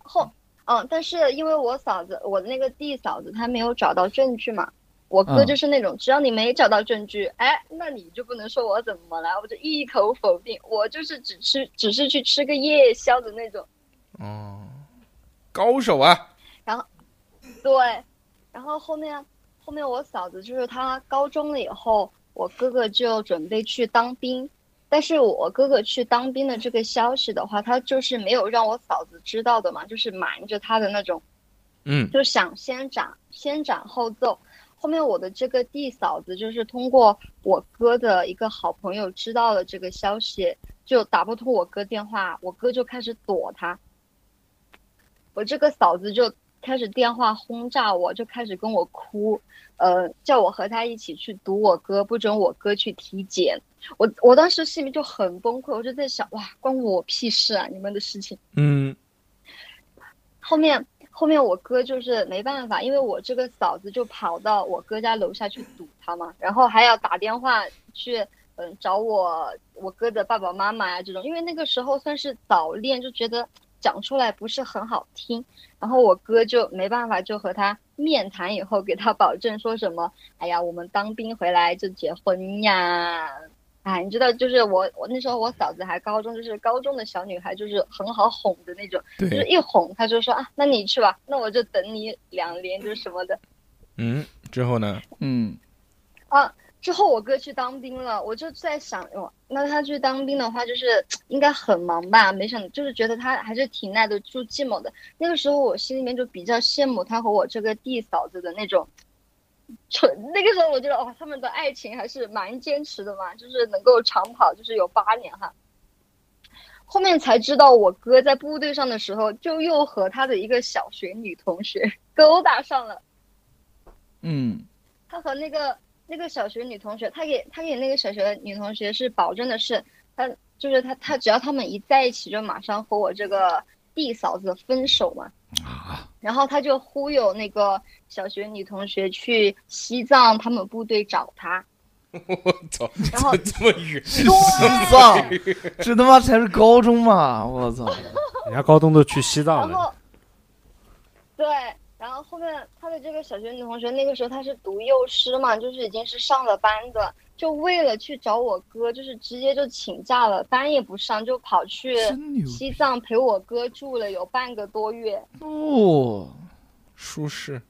后，嗯，但是因为我嫂子，我的那个弟嫂子，她没有找到证据嘛。我哥嗯就是那种，只要你没找到证据，哎，那你就不能说我怎么了，我就一口否定，我就是只吃，只是去吃个夜宵的那种。哦，高手啊！对，然后后面后面我嫂子就是她高中了以后，我哥哥就准备去当兵，但是我哥哥去当兵的这个消息的话，他就是没有让我嫂子知道的嘛，就是瞒着她的那种，嗯，就想先斩先斩后奏。后面我的这个弟嫂子就是通过我哥的一个好朋友知道了这个消息，就打不通我哥电话，我哥就开始躲他。我这个嫂子就开始电话轰炸我，就开始跟我哭，呃，叫我和他一起去堵我哥，不准我哥去体检。我我当时心里就很崩溃，我就在想，哇，关我屁事啊，你们的事情。嗯，后面后面我哥就是没办法，因为我这个嫂子就跑到我哥家楼下去堵他嘛，然后还要打电话去嗯找我我哥的爸爸妈妈呀、这种，因为那个时候算是早恋，就觉得讲出来不是很好听，然后我哥就没办法，就和他面谈以后给他保证说什么，哎呀，我们当兵回来就结婚呀。哎，你知道，就是我，我那时候我嫂子还高中，就是高中的小女孩，就是很好哄的那种。就是对，一哄，他就说啊，那你去吧，那我就等你两年，就是什么的。嗯，之后呢？嗯，之后我哥去当兵了，我就在想，哦，那他去当兵的话，就是应该很忙吧？没想，就是觉得他还是挺耐得住寂寞的。那个时候我心里面就比较羡慕他和我这个弟嫂子的那种。纯那个时候我觉得哦，他们的爱情还是蛮坚持的嘛，就是能够长跑，就是有八年哈。后面才知道，我哥在部队上的时候，就又和他的一个小学女同学 勾搭上了。嗯，他和那个那个小学女同学，他给他给那个小学女同学是保证的是，他就是他他只要他们一在一起，就马上和我这个弟嫂子分手嘛。啊然后他就忽悠那个小学女同学去西藏他们部队找他， 我操，然后这么远，西藏，这他妈 才是高中嘛！我操，人家高中都去西藏然了，后，对，然后后面他的这个小学女同学，那个时候她是读幼师嘛，就是已经是上了班的，就为了去找我哥，就是直接就请假了，班也不上，就跑去真牛西藏陪我哥住了有半个多月，哦！舒适，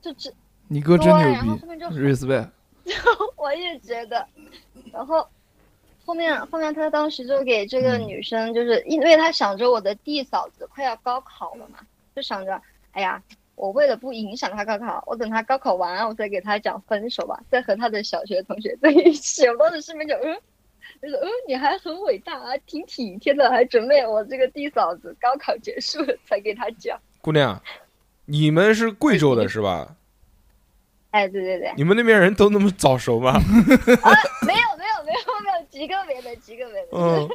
就只你哥真对啊然牛后逼后面就 ，respect。我也觉得。然后后面后面他当时就给这个女生，就是因为他想着我的弟嫂子快要高考了嘛，就想着，哎呀，我为了不影响她高考，我等她高考完，我再给她讲分手吧，再和她的小学同学在一起。我当时心里就嗯。就是嗯，你还很伟大啊，挺体贴的，还准备我这个弟嫂子高考结束了才给她讲。姑娘，你们是贵州的是嗯吧？哎，对对对，你们那边人都那么早熟 吗？没有没有没有没有，极个别的极个别的，嗯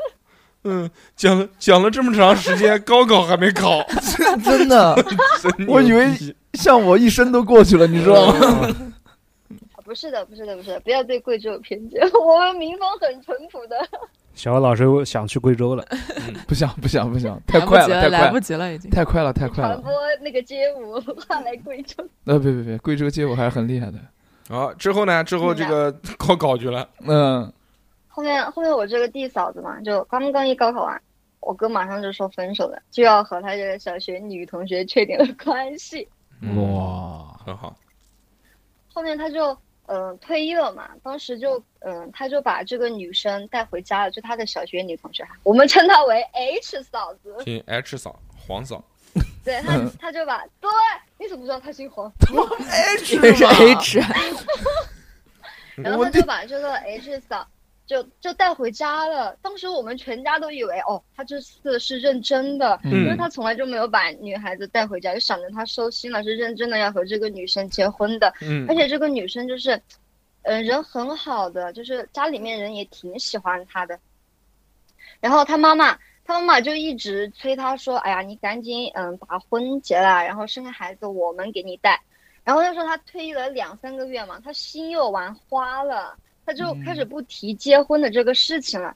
嗯，讲了讲了这么长时间，高考还没 考，真的，真我以为像我一生都过去了，你知道吗？ 啊不是的，不是的，不是的，不要对贵州有偏见， 我们民风很淳朴的。小欧老师想去贵州了，不想，不想，不想，太来不快及了，了，太来快不了，及了，已经。太快了，太快传了播。那个街舞 文化来贵州，呃，别别别，贵州街舞还是很厉害的。啊，之后呢？之后这个高考去了，嗯，后面后面我这个弟嫂子嘛，就刚刚一高考完，我哥马上就说分手了，就要和他这个小学女同学确定了关系。哇，很好，后面他就嗯、呃退役了嘛，当时就嗯、呃他就把这个女生带回家了，就他的小学女同学，啊我们称她为 H 嫂子。听 H 嫂、黄嫂，对他他就把对，你怎么知道她姓黄？这是 H，嗯然后他就把这个 H 嫂就就带回家了。当时我们全家都以为，哦，他这次是认真的，因为嗯他从来就没有把女孩子带回家，就想着他收心了，是认真的要和这个女生结婚的。嗯而且这个女生就是，嗯、人很好的，就是家里面人也挺喜欢她的。然后她妈妈，她妈妈就一直催她说：“哎呀，你赶紧嗯把婚结了，然后生个孩子，我们给你带。”然后那时候她退役了两三个月嘛，她心又玩花了，她嗯就开始不提结婚的这个事情了。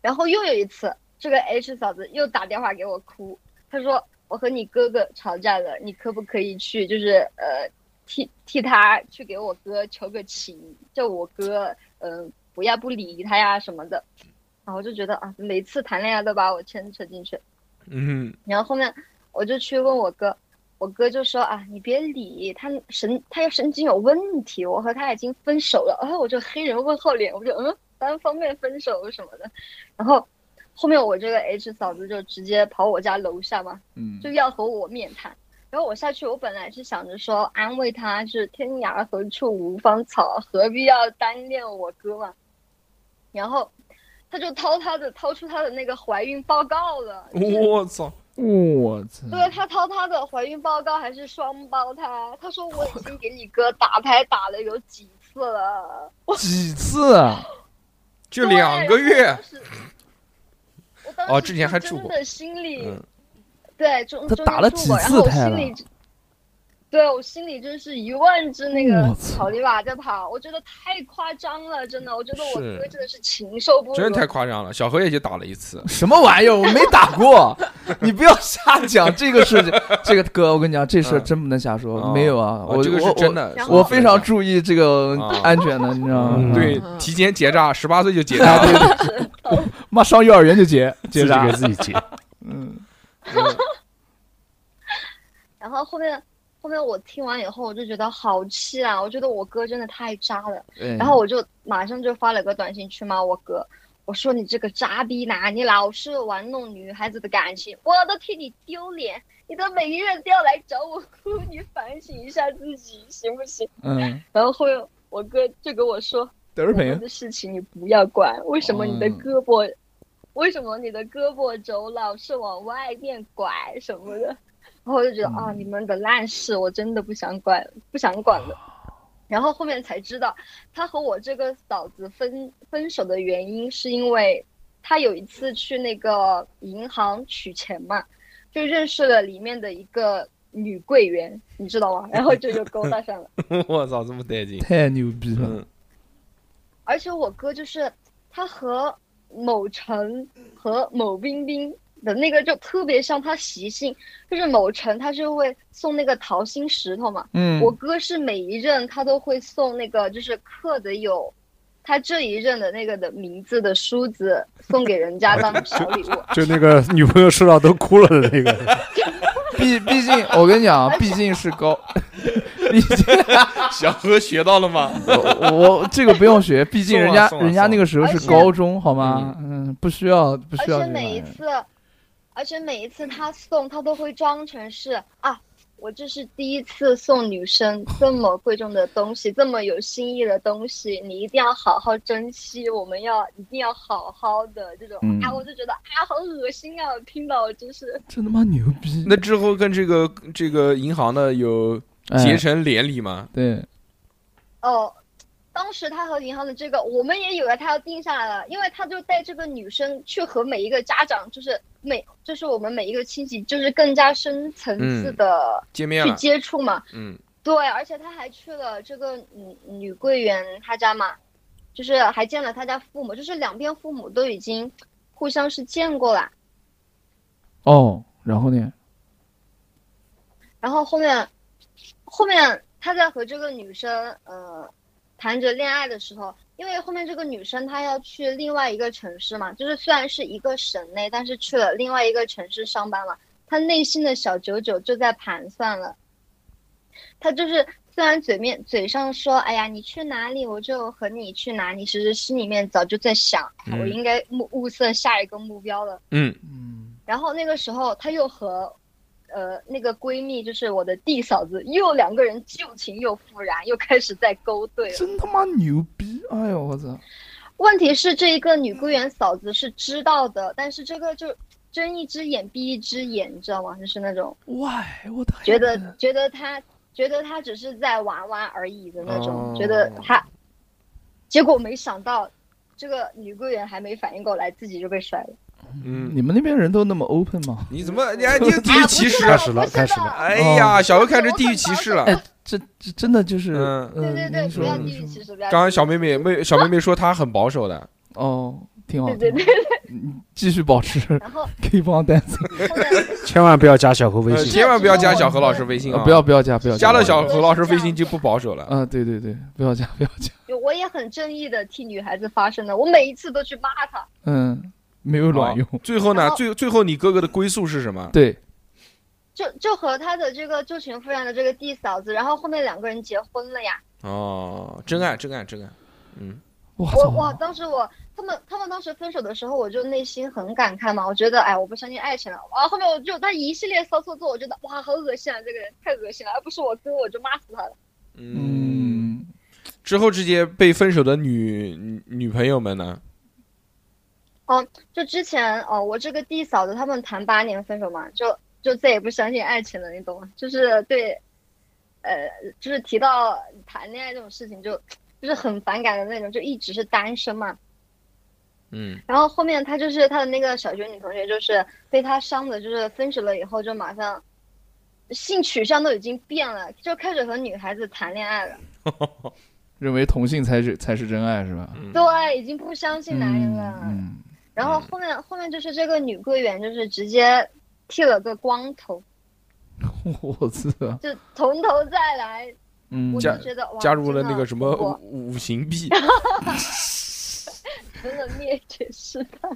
然后又有一次，这个 H 嫂子又打电话给我哭，她说我和你哥哥吵架了，你可不可以去就是呃替替他去给我哥求个情，叫我哥嗯、呃不要不理他呀什么的。然后我就觉得啊，每次谈恋爱都把我牵扯进去，嗯，然后后面我就去问我哥，我哥就说啊，你别理他神，他神经有问题，我和他已经分手了。 然后我就黑人问号脸，我就嗯，单方面分手什么的。然后后面我这个 H 嫂子就直接跑我家楼下嘛，嗯就要和我面谈。然后我下去，我本来是想着说安慰他，是天涯何处无芳草，何必要单恋我哥嘛。然后他就掏他的掏出他的那个怀孕报告了，就是我操，我操，对她掏她的怀孕报告还是双胞胎，她说我已经给你哥打胎打了有几次了，几次啊？就两个月，对。我当时哦之前还住过真的心里、嗯，对中她中间打了住几过次胎然后我了心里，对我心里真是一万只那我个操草泥马在跑，我觉得太夸张了，真的，我觉得我是哥真的是禽兽不如。真的太夸张了。小何也就打了一次，什么玩意儿？我没打 过，你不要瞎讲这个事情。这个哥，我跟你讲，这事儿嗯真不能瞎说。哦没有啊，哦我这个是我真的，然后我非常注注意这个啊安全的，你知道吗？嗯对嗯提前结扎，十八岁就结扎，妈上幼儿园就结结自己扎给，自己结。嗯，然后后面后面我听完以后，我就觉得好气啊！我觉得我哥真的太渣了。对然后我就马上就发了个短信去骂我哥，我说你这个渣逼男，你老是玩弄女孩子的感情，我都替你丢脸，你都每个月都要来找我 哭，你反省一下自己行不行？嗯，然后后面我哥就跟我说，德瑞我平们，的事情你不要管，为什么你的嗯胳膊，为什么你的胳膊肘老是往外面拐什么的？然后我就觉得啊，你们的烂事我真的不想管，不想管了。然后后面才知道，他和我这个嫂子分分手的原因是因为他有一次去那个银行取钱嘛，就认识了里面的一个女柜员，你知道吗？然后这就勾搭上了。嗯我操，这么带劲，太牛逼了，嗯，而且我哥就是他和某陈和某冰冰的那个就特别像，他习性就是某陈他是会送那个桃心石头嘛，嗯我哥是每一任他都会送那个就是刻的有他这一任的那个的名字的梳子送给人家当小礼物。 就那个女朋友收到都哭了的那个，哎毕毕竟我跟你讲，啊 毕竟是高，毕竟小何学到了吗？我我这个不用 学，毕竟人家送啊送啊人家那个时候是送啊高中，好吗？嗯，不需要不而需要这哎且玩每意一儿。次，而且每一次他送，他都会装成是啊，我这是第一次送女 生这么贵重的东西，这么有心意的东西，你一定要好好珍惜，我们要一定要好好的这种、嗯啊，我就觉得啊，好恶心啊！听到我真是真他妈牛逼！那之后跟这个这个银行的有哎结成连理吗？对，哦。当时他和银行的这个，我们也以为他要定下来了，因为他就带这个女生去和每一个家长，就是每就是我们每一个亲戚，就是更加深层次嗯的见面啊去了，接触嘛。嗯，对，而且他还去了这个女女柜员她家嘛，就是还见了他家父母，就是两边父母都已经互相是见过了。哦，然后呢？然后后面，后面他在和这个女生呃谈着恋爱的时候，因为后面这个女生她要去另外一个城市嘛，就是虽然是一个省内，但是去了另外一个城市上班嘛，他内心的小九九就在盘算了。他就是虽然嘴面嘴上说，哎呀，你去哪里我就和你去哪里，其实心里面早就在想，嗯我应该物物色下一个目标了。嗯，嗯，然后那个时候她又和，呃，那个闺蜜就是我的弟嫂子，又两个人旧情又复燃，又开始在勾兑了。真他妈牛逼！哎呦，我操！问题是这一个女柜员嫂子是知道的，但是这个就睁一只眼闭一只眼，你知道吗？就是那种喂，我的觉得觉得她觉得她只是在玩玩而已的那种，哦觉得她，结果没想到。这个女柜员还没反应过来，自己就被甩了。嗯你们那边人都那么 open 吗？你怎么你 还你地啊域不歧是视？的开始不了是开始的啊了哎呀，小何开始地域歧视了。哎，这这真的就是，嗯嗯对对对，您不说要您地域说歧视，不要地域歧视。刚刚小妹妹妹小妹妹说她很保守的，哦，挺好对。对对，嗯继续保持然后 keep on dancing，后面千万不要加小何微呃信，千万不要加小何老师微信呃啊！不要不要加不要加了小何何老师微信就不保守了。啊，对对对，不要加不要加，有我也很正义的替女孩子发声的，我每一次都去骂她，嗯，没有卵用。啊最后呢然？后最最后你哥哥的归宿是什么？对，就就和她的这个舅群夫人的这个弟嫂子，然后后面两个人结婚了呀。哦，真爱，真爱，真爱。嗯，我我哇，操，当时我他们他们当时分手的时候，我就内心很感慨嘛，我觉得哎，我不相信爱情了。然后后面我就他一系列骚操作，我觉得哇，好恶心啊，这个人太恶心了，要不是我哥，我就骂死他了。嗯，嗯，之后这些被分手的女女女朋友们呢？就之前哦，我这个弟嫂子他们谈八年分手嘛，就就再也不相信爱情了，你懂吗？就是对，呃，就是提到谈恋爱这种事情就，就是很反感的那种，就一直是单身嘛。嗯，然后后面他就是他的那个小学女同学，就是被他伤的，就是分手了以后就马上性取向都已经变了，就开始和女孩子谈恋爱了。认为同性才是才是真爱是吧？嗯对，啊已经不相信男人啊了。嗯，嗯然后后面后面就是这个女柜员，就是直接剃了个光头，嗯我操，就从头再来。嗯我，加就觉得哇加入了真的那个什么我五五行币。 真的灭绝师太。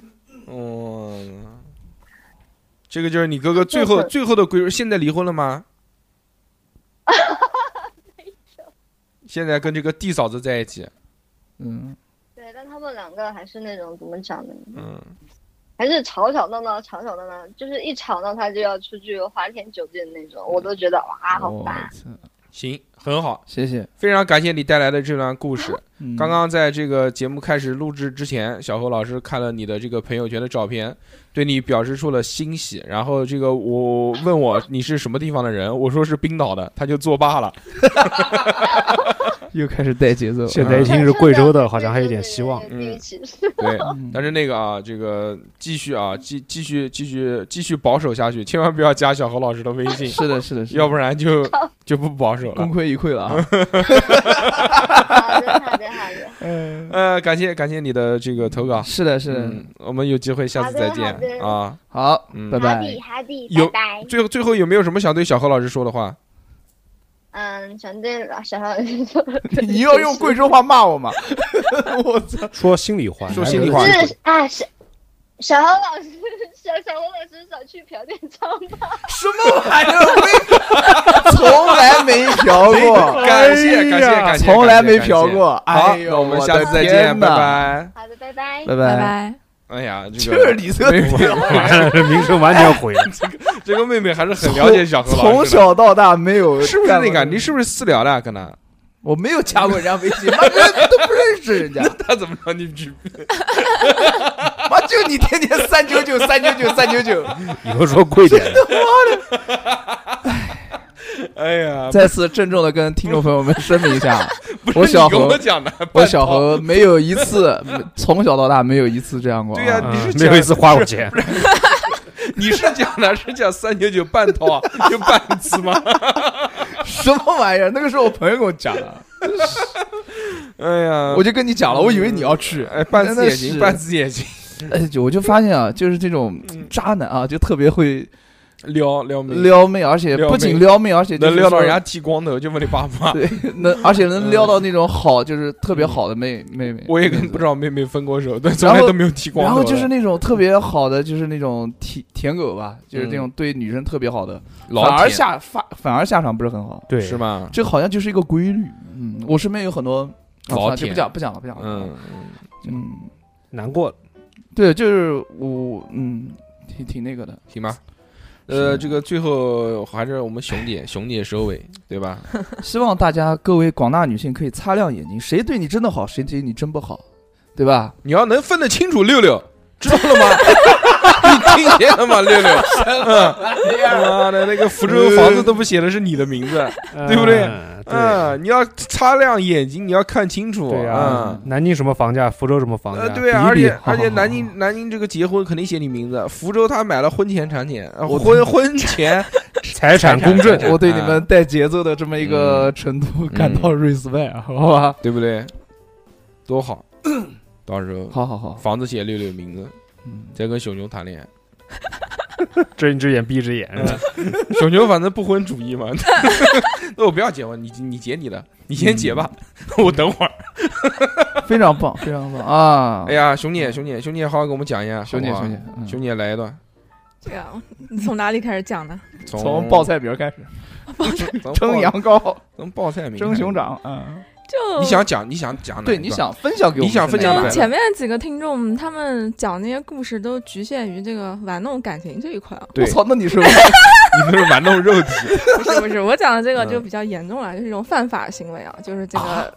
嗯，这个就是你哥哥最后最后的归宿。现在离婚了吗？ 现在跟这个弟嫂子在一起。嗯，对，但他们两个还是那种怎么讲呢？嗯，还是吵吵闹闹，吵吵闹闹，就是一吵闹他就要出去花天酒地的那种，我都觉得哇，好我烦。操，行，很好，谢谢。非常感谢你带来的这段故事。嗯刚刚在这个节目开始录制之前，小侯老师看了你的这个朋友圈的照片，对你表示出了欣喜。然后这个我问我你是什么地方的人，我说是冰岛 的，他就作罢了。又开始带节奏了，啊现在已经是贵州的，好像还有点希望。对对对对对对对，嗯但是那个啊，这个继续啊，继继续继续继续保守下去，千万不要加小何老师的微 信，是的，是的，是的要不然就就不保守了嗯功。亏一篑了嗯啊。好的好的好的，嗯，呃，感谢感谢你的这个投稿，是的，是的嗯，，我们有机会下次再见好的好的啊。 好，嗯拜哈拜。迪哈迪，有拜拜。最后最后有没有什么想对小何老师说的话？嗯，想对老小小说，你要用贵 州话骂我吗？我操！说心里话，说心里话来是啊是。小侯老师，小小侯老师想去嫖点娼吧？什么玩意 儿？我从来没嫖 过，感谢感谢哎呀感谢，哎从来感谢没嫖。过。感谢好哎，呦，那我们下次再我的见，天拜哪。拜。好的，拜拜。拜拜拜。拜。哎呀，这就是个你这个屌完 了， 名声完全毁了。这个妹妹还是很了解小何老从师的。小到大没有是不是那干过个？你是不是私聊的啊跟 他？我没有加过人家微信，妈人都不认识 人家，他怎么让你去？妈就你天天三九九三九九三 九九。以后说贵 点，哎呀，再次郑重的跟听众朋友们声明一下，啊不是我小你跟何我讲的， 我小何没有一次，从小到大没有一次这样过啊。对呀嗯你是没有一次花我钱，你是讲的是讲三九九半套啊 就半次吗？啊什么玩意儿？那个时候我朋友跟我讲的，哎呀，我就跟你讲了，我以为你要去，哎半次也行，半半次也行，哎，就我就发现啊，就是这种嗯渣男啊，就特别会撩撩妹，撩妹，而且嗯撩妹不仅撩妹，而且就是能撩到说人家剃光头就问你爸妈。对，能而且能撩到那种好，就是特别好的妹妹妹。嗯我也跟不少妹妹分过手，但从来然后都没有剃光然头的。后就是那种特别好的，就是那种舔舔狗吧，就是那种对女生特别好的，嗯老反而舔下发反而下场不是很好。对，是？吗？这好像就是一个规律。嗯，我身边有很多，啊老算了就舔不讲不讲了，不讲了。嗯，嗯，难过了，对，就是我，嗯，挺挺那个的。行吧。是呃，的这个最后还是我们熊 姐，熊姐收尾，对吧？希望大家各位广大女性可以擦亮眼睛，谁对你真的好，谁对你真不好，对吧？你要能分得清楚，六 六知道了 吗？你听见了吗，六六？嗯，妈的，那个福州房子都不写的是你的名字，对不对嗯对嗯，你要擦亮眼睛，你要看清楚，对啊嗯，南京什么房价，福州什么房呃，价？对啊，比一而比且好好而且好南京南京这个结婚肯定写你名字，福州他买了婚前产险，呃婚婚前 财产公证，我对你们嗯带节奏的这么一个程度感到 respect，、好吧？ 对不对？多好，到时候好好好，房子写六六名字，嗯，再跟小牛谈恋爱。睁一只眼闭一只眼，是吧？ 小牛反正不婚主义嘛， 那我不要结婚，你你结你的，你先结吧，我等会儿。非常棒，非常棒啊！哎，呀，熊姐，熊姐，熊姐，好好给我们讲一下，熊姐，好不熊好姐，，嗯熊姐来一段，这个你从哪里开始讲呢？从从报菜名儿开始，从蒸报羊羔、从报菜名蒸熊开始。掌，嗯，就你想讲，你想讲哪一段，对，你想分享给我们你想是分哪享一哪段就个，前面几个听众他们讲那些故事都局限于这个玩弄感情这一块啊对我操，那你是你们是玩弄肉体，不是不是，我讲的这个嗯就比较严重了，就是这种犯法行为啊，就是这个。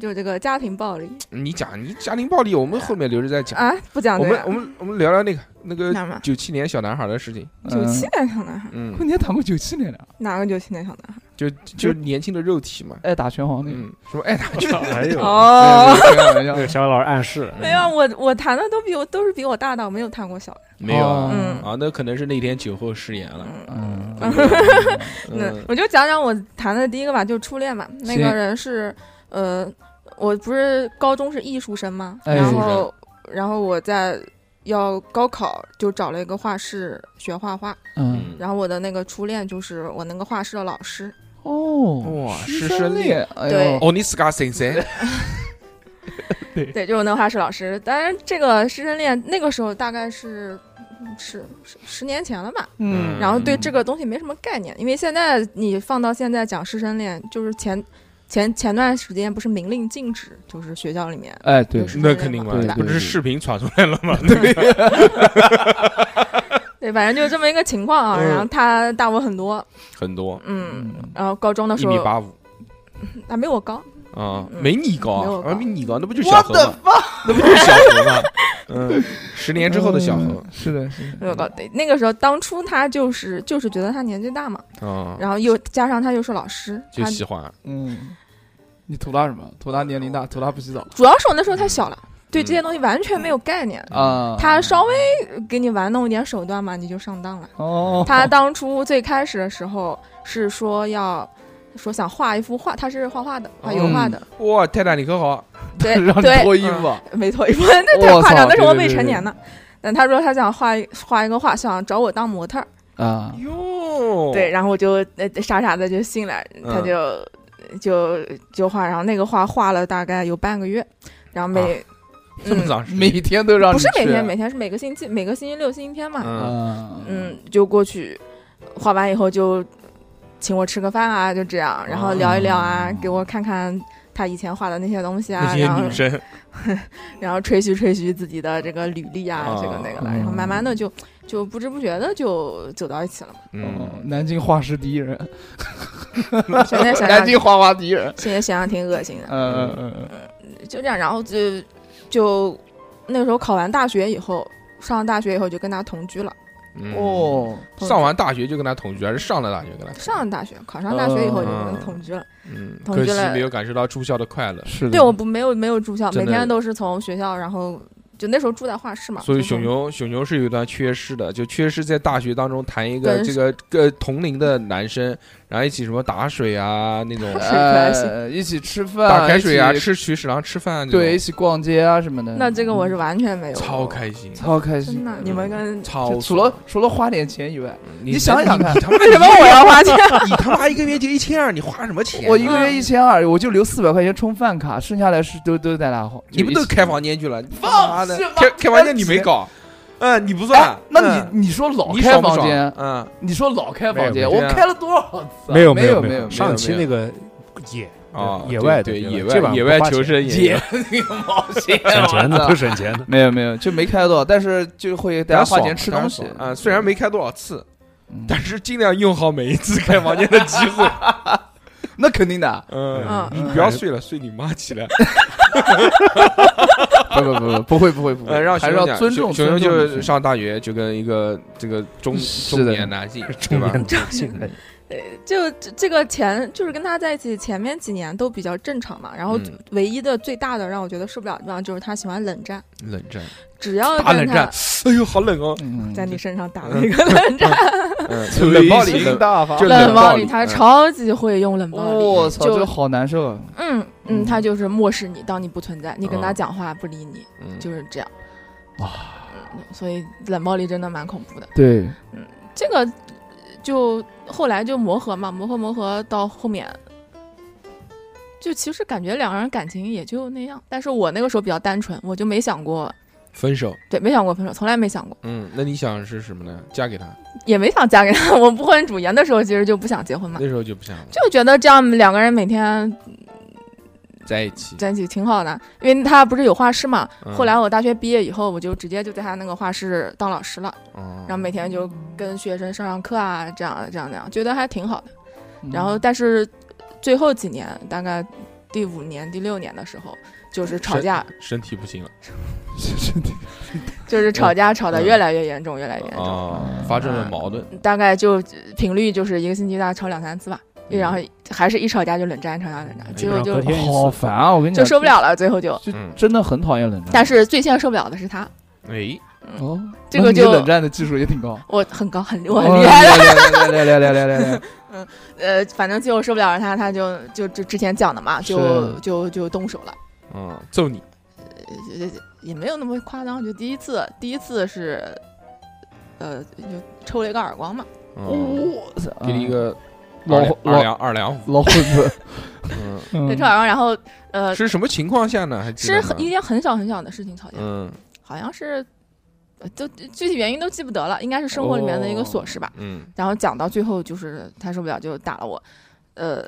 就是这个家庭暴力 你讲你家庭暴力，我们后面留着再讲。啊，不讲我这们个我，们我们聊聊那个那个哪嘛？九七年小男孩的事情，九七嗯年小男孩，嗯，你还谈过九七年的，哪个九七年小男孩？就就年轻的肉体嘛，爱打拳皇那个。嗯，什么爱打拳，哎呦，哦，开个玩笑 那个小伟老师暗示了，没有，我我谈的都比我都是比我大的，我没有谈过小的。没有啊嗯哦啊？那可能是那天酒后失言了。嗯，那嗯我就讲讲我谈的第一个吧，就是初恋嘛。那行个人是，呃，我不是高中是艺术生嘛，哎然后然后我在要高考就找了一个画室学画画，嗯，嗯，然后我的那个初恋就是我那个画室的老师，哦，哇，师师生生恋，，哎对呦，哦，你自个神神，对，就是我那个画室老师。当然，这个师生恋那个时候大概是嗯是十十年前了吧，嗯，然后对这个东西没什么概念，因为现在你放到现在讲师生恋，就是前前前段时间不是明令禁止，就是学校里 面。哎，对，是那肯定啊嘛对，不对是对视频传出来了吗？对，对，反正就是这么一个情况啊。嗯然后他大我很多，很多，嗯，然后高中的一时米候八五还没我高，啊，嗯没你没高啊，我啊高没你高，那不就小何吗？那不就是小何 吗？嗯，十年之后的小何嗯是的，是的，没有高。对，那个时候当初他就是就是觉得他年纪大嘛，啊，然后又加上他又是老师，就嗯他喜欢嗯，你图他什么？图他年龄大，图他不洗澡主要是我那时候太小了，对嗯这些东西完全没有概念。啊？他稍微给你玩弄一点手段嘛，你就上当了。哦，他当初最开始的时候是说要说想画一幅画，他是画画的，画油画的，哇，泰坦尼克号，对嗯 让你对，脱衣服啊，没错， 那太我夸张，操那是我对对未对成对年呢。但他说他想画一画一个画，想找我当模特儿，啊，哟，嗯对，，然后我就呃傻傻的就信了，他嗯就、就就画，然后那个画画了大概有半个月，然后每、这么嗯长时每间，天都让啊不你是每去啊天，每天是每个星期每个星期六、星期天嘛，嗯，嗯嗯，就过去画完以后就请我吃个饭啊，就这样，然后聊一聊啊，哦给我看看他以前画的那些东西那啊，些然后女生，然后吹嘘吹嘘自己的这个履历啊，啊这个那个了，然后慢慢的就就不知不觉的就走到一起了 嘛。哦嗯，南京画师第一人，现在想南想，京画画第一人，现在想想挺恶心的，嗯嗯嗯就这样，然后就就那时候考完大学以后，上大学以后就跟他同居了。嗯嗯，。哦，同居上完大学就跟他同居，还是上了大学跟他同居？上了大学，考上大学以后就嗯跟同居了。嗯，同可居惜了没有感受到住校的快乐，是的，对，我不没有没有住校，嗯真每的天都是从学校，然后就那时候住在画室嘛。所以就从熊牛熊牛是有一段缺失的，就缺失在大学当中谈一个跟，这个个同龄的男生，然后一起什么打水啊那种水可惜呃，一起吃饭，打开水啊，一起吃去食堂吃饭啊，对，一，起逛街啊什么的。那这个我是完全没有，超开心，嗯超开真心的，，你们跟超就爽除了除了花点钱以外，你你想想看你 他妈为什么我要花钱？你他妈一个月就一千二，你花什么钱？我一个月一千二，我就留四百块钱充饭卡，剩下的是都都在他花。你们都就一起开房间去了，你放妈的是吧开开房间你没搞，嗯，你不算哎，那你嗯你说老你开爽不房爽间，嗯，你说老开房没间，有我没有开了多少次啊？没有没有没有有，，上期没那有个野啊，野外的对对对吧野这外把野不外花求钱生姐野，那个毛线，省钱的哎我都操省 钱的，没有没有，就没开多少，但是就会大家花钱吃东西啊，虽然没开多少次，嗯但是尽量用好每一次开房间的机 会。那肯定的，嗯嗯，你不要睡了，睡你妈起来。不不不不不会不会不呃，会，让嗯熊还是熊要讲尊重熊尊熊重就女性上大学，就跟一个这个中是中的年男 性，对中吧？年男性，就这这个前就是跟他在一起前面几年都比较正常嘛，然后嗯唯一的最大的让我觉得受不了的地方就是他喜欢冷战， 冷战，只要打冷跟战他，哎呦，好冷 哦。嗯在你身上打了一个冷战，嗯，嗯冷暴力，随性大方就，冷暴暴力力，他嗯超级会用冷暴力，我操，就这个好难受啊！嗯，嗯，他就是漠视你，当你不存在，你跟他嗯讲话不理你，嗯，就是这样。哇，所以冷暴力真的蛮恐怖的。嗯对，这个就后来就磨合嘛，磨合磨合到后面，就其实感觉两个人感情也就那样。但是我那个时候比较单纯，我就没想过，分手。对，没想过分手，从来没想过，嗯，那你想是什么呢？嫁给他也没想嫁给他。我不婚主研的时候，其实就不想结婚嘛，那时候就不想了，就觉得这样两个人每天在一起。在一起挺好的，因为他不是有画室嘛。嗯后来我大学毕业以后，我就直接就在他那个画室当老师了，嗯然后每天就跟学生上上课啊，这样这样那样，觉得还挺好的。然嗯后，但是最后几年，大概第五年、第六年的时候，就是吵架，身体不行了就是吵架吵得嗯越来越严重，越来越严重，啊，发生了矛盾。大概就频率就是一个星期大概吵两三次吧，然后还是一吵架就冷战，吵架冷战，嗯最后就隔天好烦啊！我跟你就讲，受不了了，最后就。就嗯真的很讨厌冷战。但是最先受不了的是他，哎，哦，这个那你就冷战的技术也挺高，我很高很哦我很厉害的，的。来来来来 来来，呃，反正最后受不了了他，他就就就之前讲的嘛，就是就就动手了。嗯，揍你。也没有那么夸张，就第一次，第一次是，呃，就抽了一个耳光嘛，嗯，给你一个老二两呃老二两二两五。老混子， 嗯，就嗯抽耳光，然后呃，是什么情况下呢？还记得是吗很一件很小很小的事情吵架，嗯好像是，呃都具体原因都记不得了，应该是生活里面的一个琐事吧。嗯然后讲到最后，就是他受不了就打了我，呃，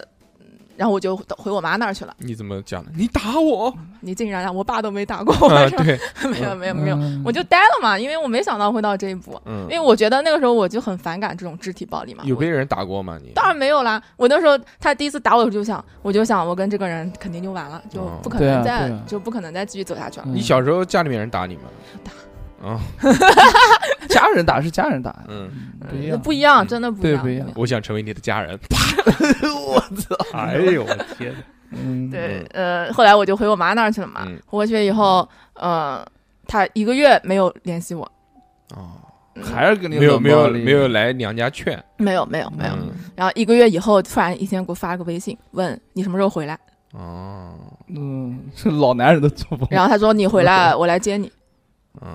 然后我就回我妈那儿去了。你怎么讲的？你打我你竟然让我爸都没打过我， 啊？是吧对， 没有没有没有，嗯我就呆了嘛，因为我没想到会到这一步，嗯 因，为我觉得那个时候我就很反感这种肢体暴力嘛。有我被人打过吗？你当然没有啦！我那时候他第一次打我，我就想，我就想，我跟这个人肯定就完了，就哦不可对啊能再、对啊就不可能再继续走下嗯去了。你小时候家里面人打你吗？打。啊，家人打是家人打，嗯，不一那样不一样，嗯真的不一对样，不一样。我想成为你的家人。哎呦我天哪！嗯，对，呃，后来我就回我妈那儿去了嘛。嗯回去以后，呃，他一个月没有联系我，啊，还是跟你 没有冷没有暴力没有来娘家劝。没有，没有，没有。嗯然后一个月以后，突然一天给我发了个微信，问你什么时候回来。哦，嗯，这老男人的作风。然后他说你回来，我来接你。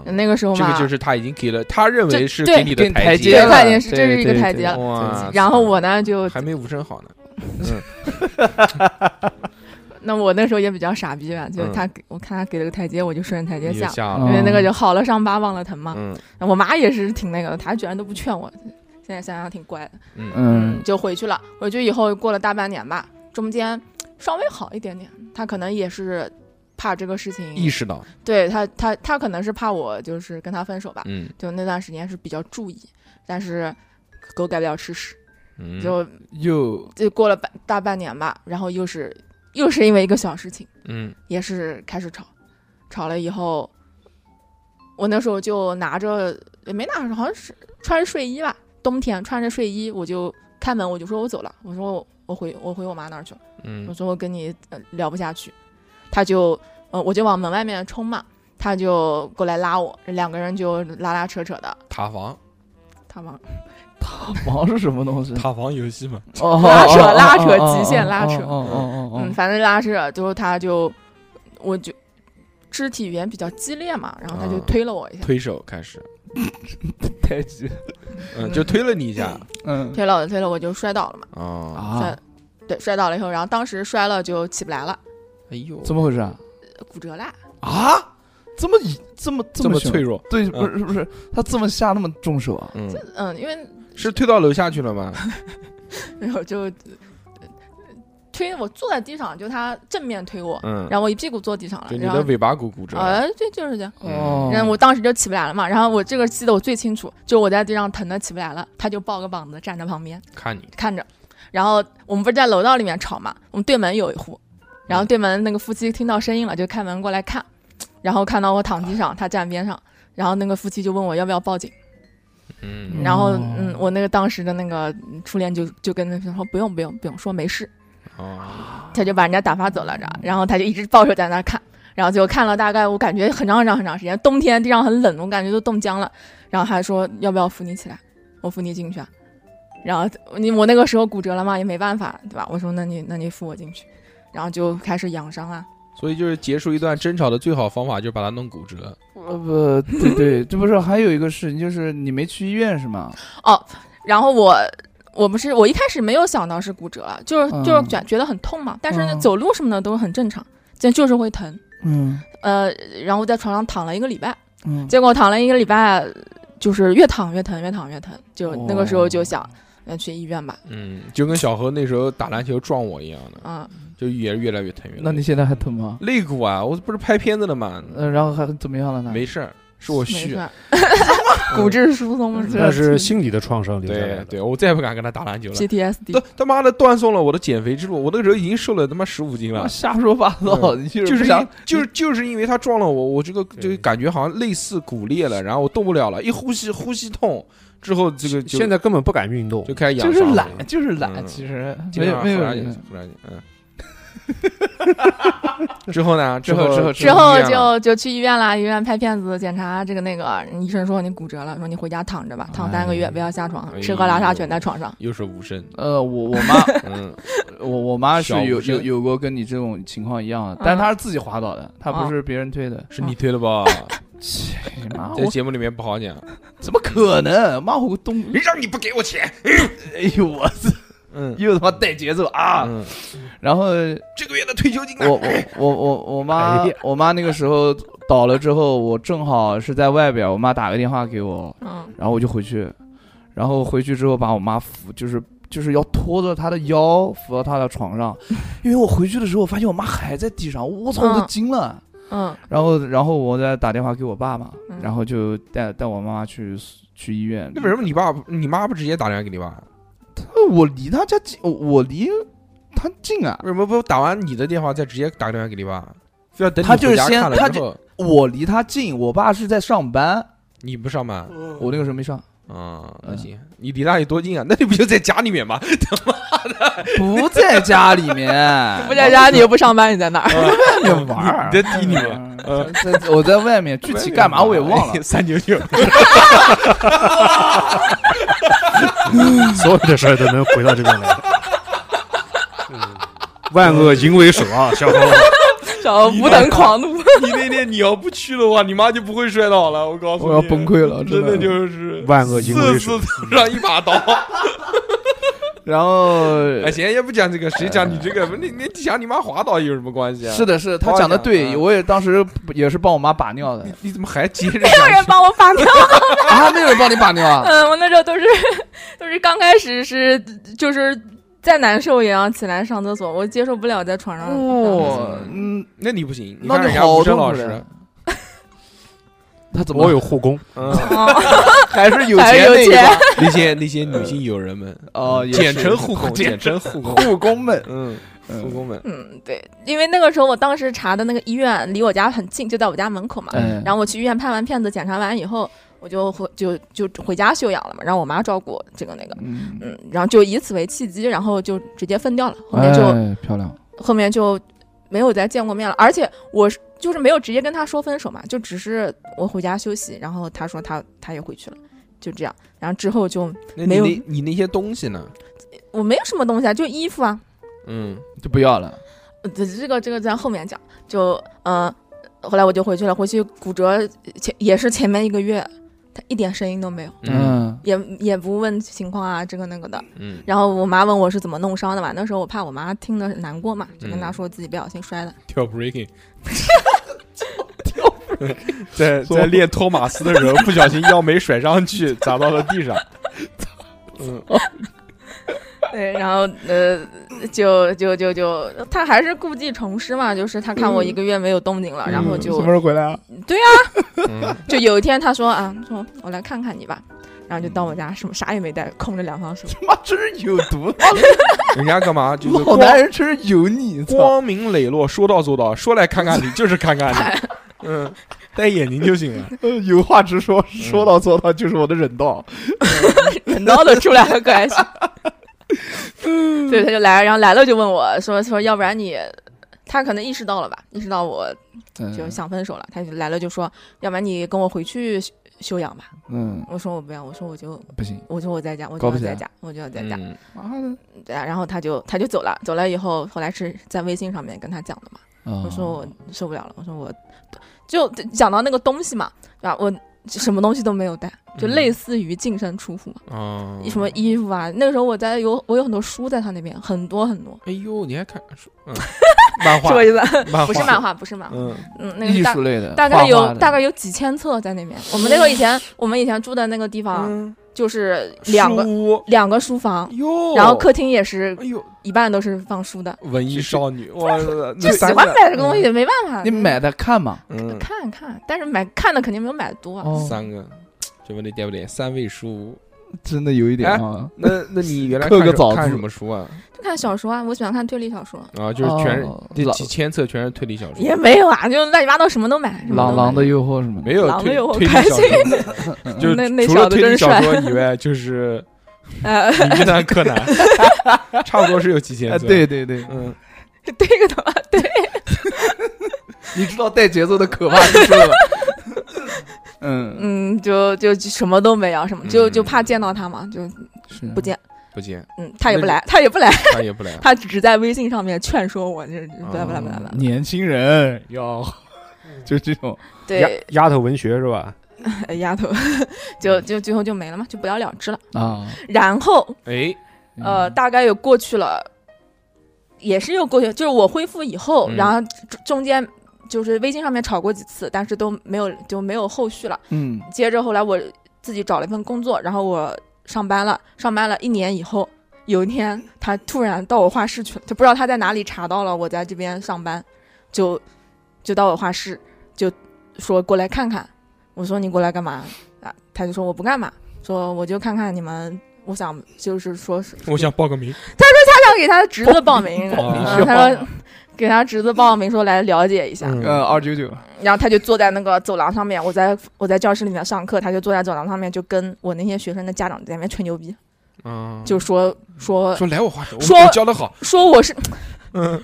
嗯，那个时候这嘛，个就是他已经给了，他认为这是 对你给的你台阶阶对，了快点，这对是一个对台对阶了。哇，然后我呢就还没无声好呢。那我那时候也比较傻逼吧，就是嗯他给我看他给了个台阶，我就顺着台阶你就下，下嗯了，因为那个就好了伤疤忘了疼嘛。嗯然后我妈也是挺那个的，她居然都不劝我，现在想想挺乖的。嗯嗯，就回去了，回去以后过了大半年吧，中间稍微好一点点，她可能也是怕这个事情，意识到，对她她她可能是怕我就是跟她分手吧，嗯就那段时间是比较注意，但是狗改不了吃屎，嗯，就又就过了半大半年吧，然后又是又是因为一个小事情。嗯也是开始吵，吵了以后，我那时候就拿着也没拿着，好像是穿着睡衣吧，冬天穿着睡衣，我就开门，我就说我走了，我说我我回我回我妈那儿去了，我嗯说我跟你、呃、聊不下去，他就呃我就往门外面冲嘛，他就过来拉我，两个人就拉拉扯扯的，塔防他往王是什么东西？塔防游戏嘛，嗯哦拉扯哦哦拉扯哦极限哦拉扯哦哦哦嗯，哦反正拉扯，最后他就我就肢体语言比较激烈嘛，然后他就嗯推了我一下。推手开始，哦，太极，嗯，就推了你一下嗯推了我推了我就摔倒了嘛，啊，啊摔，对，摔倒了以后，然后当时摔了就起不来了，哎呦，怎么回事啊？骨折啦。啊，这么以这么这么啊凶脆？弱？对，不是不是，他这么下那么重手啊？嗯，嗯，因为是推到楼下去了吗？然后就呃推我坐在地上，就他正面推我，嗯，然后我一屁股坐地上了就，你然的后尾巴骨骨折了，啊，对，就是这样。嗯哦然后我当时就起不来了嘛，然后我这个记得我最清楚，就我在地上疼的起不来了，他就抱个膀子站在旁边看你，看着，然后我们不是在楼道里面吵嘛，我们对门有一户，嗯然后对门那个夫妻听到声音了，就开门过来看，然后看到我躺地上，他站边上，然后那个夫妻就问我要不要报警。嗯然后哦嗯，我那个当时的那个嗯初恋就就跟他说不用不用不用，说没事，啊，他就把人家打发走了，然后然后他就一直抱着在那儿看，然后就看了大概我感觉很长很长很长时间，冬天地上很冷，我感觉都冻僵了，然后还说要不要扶你起来，我扶你进去、啊，然后你我那个时候骨折了嘛，也没办法对吧？我说那你那你扶我进去，然后就开始养伤啊。所以就是结束一段争吵的最好方法就是把它弄骨折。呃不，对对，这不是还有一个事情，就是你没去医院是吗？然后我我不是我一开始没有想到是骨折了，就是就是嗯觉觉得很痛嘛，但是呢嗯走路什么的都很正常，但就是会疼。嗯呃，然后在床上躺了一个礼拜，嗯，结果躺了一个礼拜，就是越躺越疼，越躺越疼，就那个时候就哦想，那去医院吧，嗯，就跟小何那时候打篮球撞我一样的，啊、就也是越来越疼越来越疼。那你现在还疼吗？肋骨啊，我不是拍片子的嘛，嗯、然后还怎么样了呢？没事儿，是我嗯没虚事。儿，骨质疏松是吧但是心理的创伤留下来嗯对了。对，我再也不敢跟他打篮球了。他 PTSD，他妈的断送了我的减肥之路，我那个时候已经瘦了他妈十五斤我 了。啊嗯瞎说八道，你 就就是不是想因就是就是因为他撞了我，我这个这个对感觉好像类似骨裂了，然后我动不了了，一呼吸呼吸痛，之后这个就现在根本不敢运动就，开始养就伤是了懒，就是懒，嗯其实经没有常没有忽然人间忽然间嗯。 之后呢？之后之后之后医院了就就去医院啦，医院拍片子检查这个那个，医生说你骨折了，说你回家躺着吧，躺三个月，不要下床，哎吃喝拉撒呦全在床上。又是无声。呃，我我妈 嗯，我我妈是小有无声有有过跟你这种情况一样的，但是她是自己滑倒的，她不是别人推的。是你推的 吧？切你妈，嗯这我节目里面不好讲。怎么可能？妈，我东，让你不给我钱。哎呦我操， 嗯又他妈带节奏啊！嗯，然后我这个月的退休金呢？我我我我妈哎呀我妈那个时候倒了之后，我正好是在外边，我妈打个电话给我，嗯，然后我就回去，然后回去之后把我妈扶，就是就是要拖着她的腰扶到她的 床上，因为我回去的时候我发现我妈还在地上，我操，我都嗯惊了。嗯，然后然后我再打电话给我爸嘛，嗯然后就带带我妈妈去去医院。那为什么你爸不你妈不直接打电话给你爸？那我离他家近，我我离他近啊，为什么不打完你的电话再直接打个电话给你爸？非要等你他就是回家先看他了之就后，我离他近，我爸是在上班，你不上班我那个时候没上，啊？那嗯行，你离那有多近啊？那 你不就在家里面吗？ 不在家里 面，不在家你又不上班，你在哪儿？外面玩儿，你在地里面。面，在在我在外面，具体干嘛我也忘了哎三九 九，所有的事儿都能回到这边来。嗯万恶淫为首啊，小猴！叫无等狂怒。你那天你要不去的话，你妈就不会摔倒了。我告诉你，我要崩溃了，真的的就是万恶淫为四首次，头上一把 刀。然后，哎，行，也不讲这个，谁讲你这个？你你讲你妈滑倒有什么关系啊？是的，是的他讲的对，嗯我也当时也是帮我妈把尿的你你怎么还接着没有人讲？帮我把尿。啊，没有人帮你把尿 啊，嗯，我那时候都是都是刚开始是就是再难受也要起来上厕所，我接受不了在床上。哦，嗯，那你不行，你那看人你家吴好声痛老苦啊师的，。他怎么我有护工，嗯，哦还是有还钱是有那一钱挂那些那些女性友人们， 哦，也简是称护工， 简简称护工，护工们，嗯，护嗯工们，嗯，对，因为那个时候我当时查的那个医院离我家很近，就在我家门口嘛。嗯然后我去医院拍完片子，检查完以后，我就回就就回家休养了嘛，让我妈照顾这个那个。嗯，嗯，然后就以此为契机，然后就直接分掉了。后面就、哎漂亮，后面就没有再见过面了，而且我是就是没有直接跟他说分手嘛，就只是我回家休息，然后他说他他也回去了，就这样。然后之后就那没你有那你那些东西呢？我没有什么东西啊，就衣服啊，嗯，就不要了。呃这这个这个在后面讲。就嗯、呃后来我就回去了，回去骨折呃前也是前面一个月，他一点声音都没有，嗯，也也不问情况啊，这个那个的。嗯，然后我妈问我是怎么弄伤的嘛，那时候我怕我妈听得难过嘛，就跟她嗯说自己不小心摔的。跳 breaking，在 在练托马斯的时候，不小心腰没甩上去，砸到了地上。嗯， 对，然后呃，就就就就他还是故技重施嘛，就是他看我一个月没有动静了，然后就嗯时候回来 啊？嗯就有一天他说啊，说我来看看你吧，然后就到我家，什么啥也没带，空着两双手，他妈真是有 毒， 啊人家干嘛就是老光男人真是油腻，操！光明磊落，说到做到，说来看看你就是看看 你，嗯，戴眼镜就啊行了。呃有话直说，嗯说到做到就是我的忍道。忍刀都出来了，可还行。对，他就来，然后来了就问我说说，要不然你，他可能意识嗯到了吧，意识到我就想分手了，他就来了就说，要不然你跟我回去休养吧。嗯，我说我不要，我说我就不行，我说我在家，我就高要不起在来家，我就要在家。嗯妈的，对啊，然后他就他就走了，走了以后，后来是在微信上面跟他讲的嘛。我我说我受不了了，我说我就讲到那个东西嘛，对吧？我什么东西都没有带，就嗯类似于净身出户嘛，哦，什么衣服啊。那个时候我在有我有很多书在他那边，很多很多，哎呦，你还看书？ 嗯，漫画是我意思？漫画不是漫画，不是漫画，嗯嗯，那艺个大术类的，大概画画有的大概有几千册在那边。我们那时候以前我们以前住的那个地方嗯，就是啊两个书哦两个书房，哟，然后客厅也是哎呦，一半都是放书的，文艺少女，我就就喜欢买这个东西，没办法。你买的看嘛，嗯，看看，但是买看的肯定没有买的多啊。哦，三个，这问题点不点？三位数。真的有一点哎啊，那那你原来刻看个什枣看字什么书啊？就看小说啊，我喜欢看推理小说，啊，就是全是哦这老几千册全是推理小说，也没有啊，就乱七八糟什么都买。什么狼都狼买的诱惑是吗？没有狼推的诱惑推理开小说，嗯 就那那除小了子推理真小帅说以外，就是呃， 名侦探柯南， 差不多是有几千哎，册。对，对对，嗯，这个的话，对，你知道带节奏的可怕之处了 吧？嗯，嗯，就就就什么都没有，什么就就嗯怕见到他嘛，就是啊不见，不见嗯，他也不那来，他也不来，。他也不来他只在微信上面劝说我，就是不来不来不来不来。嗯年轻人要就这种，丫对，丫头文学是吧？哎 丫头， 就就最后就没了嘛，就不了了之了。啊，然后哎，呃，大概有过去了，也是有过去，就是我恢复以后，嗯然后中中间就是微信上面吵过几次，但是都没有就没有后续了。嗯，接着后来我自己找了一份工作，然后我上班了，上班了一年以后，有一天他突然到我画室去了，就不知道他在哪里查到了我在这边上班，就就到我画室，就说过来看看。我说你过来干嘛啊？他就说我不干嘛，说我就看看你们。我想就是说是，我想报个名，他给他侄子报 名，报名嗯嗯他说给他侄子报名说来了解一下，呃，二九九，然后他就坐在那个走廊上面，我在我在教室里面上课，他就坐在走廊上面，就跟我那些学生的家长在那边吹牛逼，嗯，就说说说来嗯我画室，我说我教的好说我 是，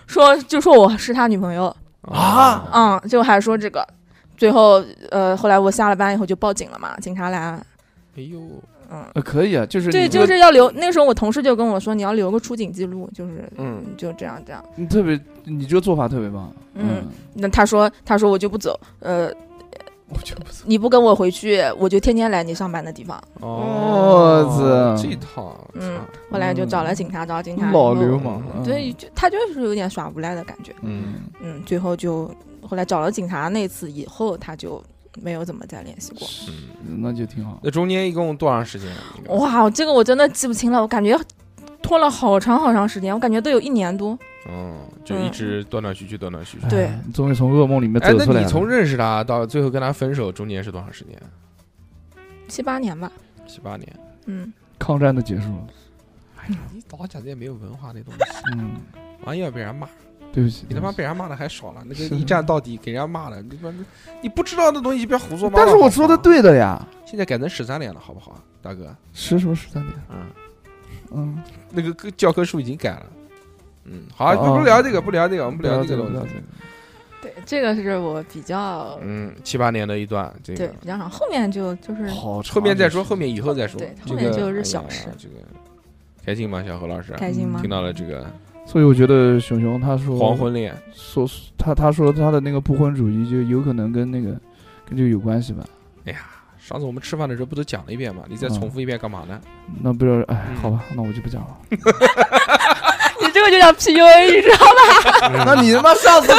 说就说我是他女朋友，啊，嗯，就还说这个，最后呃后来我下了班以后就报警了嘛，警察来了，哎呦，嗯，呃，可以啊，就是对，你这就个是要留，那时候我同事就跟我说你要留个出警记录，就是嗯就这样这样，你特别，你这个做法特别棒，嗯，那他说他说我就不走，呃。我就不你不跟我回去，我就天天来你上班的地方。我操哦这套，嗯操，后来就找了警察，找警察以老后。流氓，嗯对，，就他就是有点耍无赖的感觉。嗯，嗯，最后就后来找了警察那次以后，他就没有怎么再联系过。嗯那就挺好。那中间一共多长时间啊？你们，哇，这个我真的记不清了，我感觉拖了好长好长时间，我感觉都有一年多。嗯，就一直断断续续，断断续续。对哎，终于从噩梦里面哎，走那出来你了。从认识他到最后跟他分手，中间是多长时间？七八年吧，七八年。嗯，抗战的结束了，哎呀，你老讲这些没有文化的东 西，嗯，完又哎要被人骂，对不起，你他妈对被人骂的还少了，那是个一站到底给人家骂的，你他妈你不知道的东西就不要胡说不起，八道。但是好我不说好的，对的呀，现在改成十三连了，好不好，大哥？十什么十三点，嗯，嗯，那个课教科书已经改了。嗯，好，哦不不聊这个，不聊这个，我们不聊这这个，个不了聊。这个。对，这个是我比较、嗯，七八年的一段，这对个比较长，后面就就是好，后面再说，后面以后再说。对这后面个就是哎呀小事这个开心吗，小何老师？开心吗听？到了这个所以我觉得熊熊他说黄昏恋，说他他说他的那个不婚主义就有可能跟那个跟这个有关系吧？上次我们吃饭的时候不都讲了一遍吗？你再嗯重复一遍干嘛呢？那不知道，哎，嗯好吧，那我就不讲了。 你这个就叫 PUA，你知道吗？那嗯你他妈上次上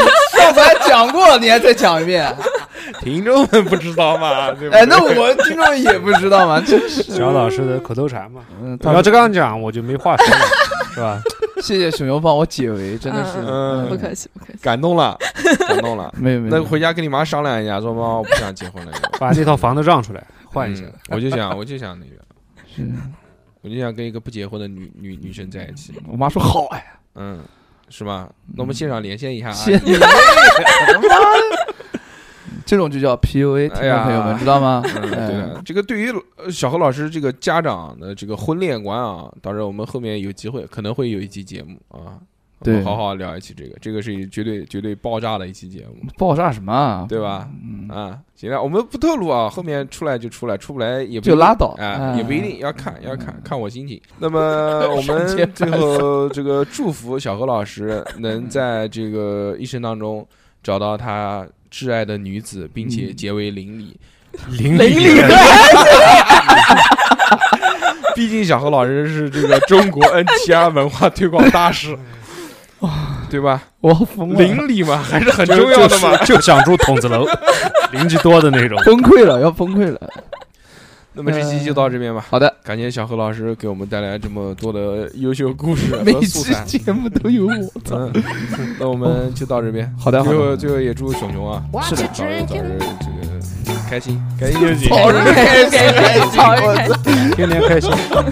哦次还讲过，你还再讲一遍？ 听众们不知道吗？对不对哎，那我听众也不知道嘛，真是。小老师的口头禅嘛。嗯，你他要这样讲，啊我就没话说了，是吧？谢谢熊熊帮我解围，真的是。嗯不客气，不客气。感动了，感动了。没有没有，那回家跟你妈商量一下，说妈，我不想结婚 了，把那套房子让出来，换一下嗯。我就想，我就想那个，是我就想跟一个不结婚的女女女生在一起，我妈说好哎，嗯，是吧？那我们现场连线一下啊，嗯谢谢你。 这种就叫 PUA，听哎呀众朋友们知道吗？嗯，哎对的，这个对于呃小何老师这个家长的这个婚恋观啊，到时候我们后面有机会可能会有一期节目啊，我们对好好聊一期这个，这个是绝对绝对爆炸的一期节目，爆炸什么啊？对吧？嗯，啊，行了，我们不透露啊，后面出来就出来，出不来也不就拉倒啊，嗯也不一定要看，要看看我心情。那 么我上街们拍最后这个祝福小何老师能在这个一生当中找到他挚爱的女子，并且结为邻里。邻邻里里毕竟小何老师是这个中国 NTR 文化推广大使，嗯对吧？我疯了，邻里嘛， 还是很重要的嘛。就想住筒子楼， 邻居多的 那种。崩溃了，要崩溃了。那么这期就到这边吧。好的，感谢小何老师给我们带来这么多的优秀故事每和素期材。节目都有我。嗯， 那我们就到这 边。好的，好最后，的，最后也祝熊熊啊，是的。早日早日这个开心，开心就行。早日开心，早日开心，天天开心。我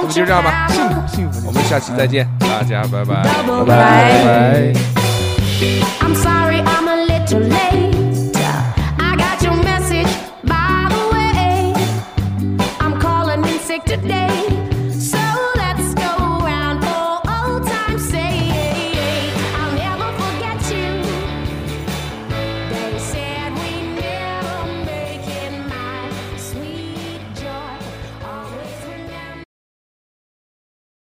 们就这样吧，幸福就行我们下期再见，大家拜拜。拜拜。 I'm sorry, I'm a little late.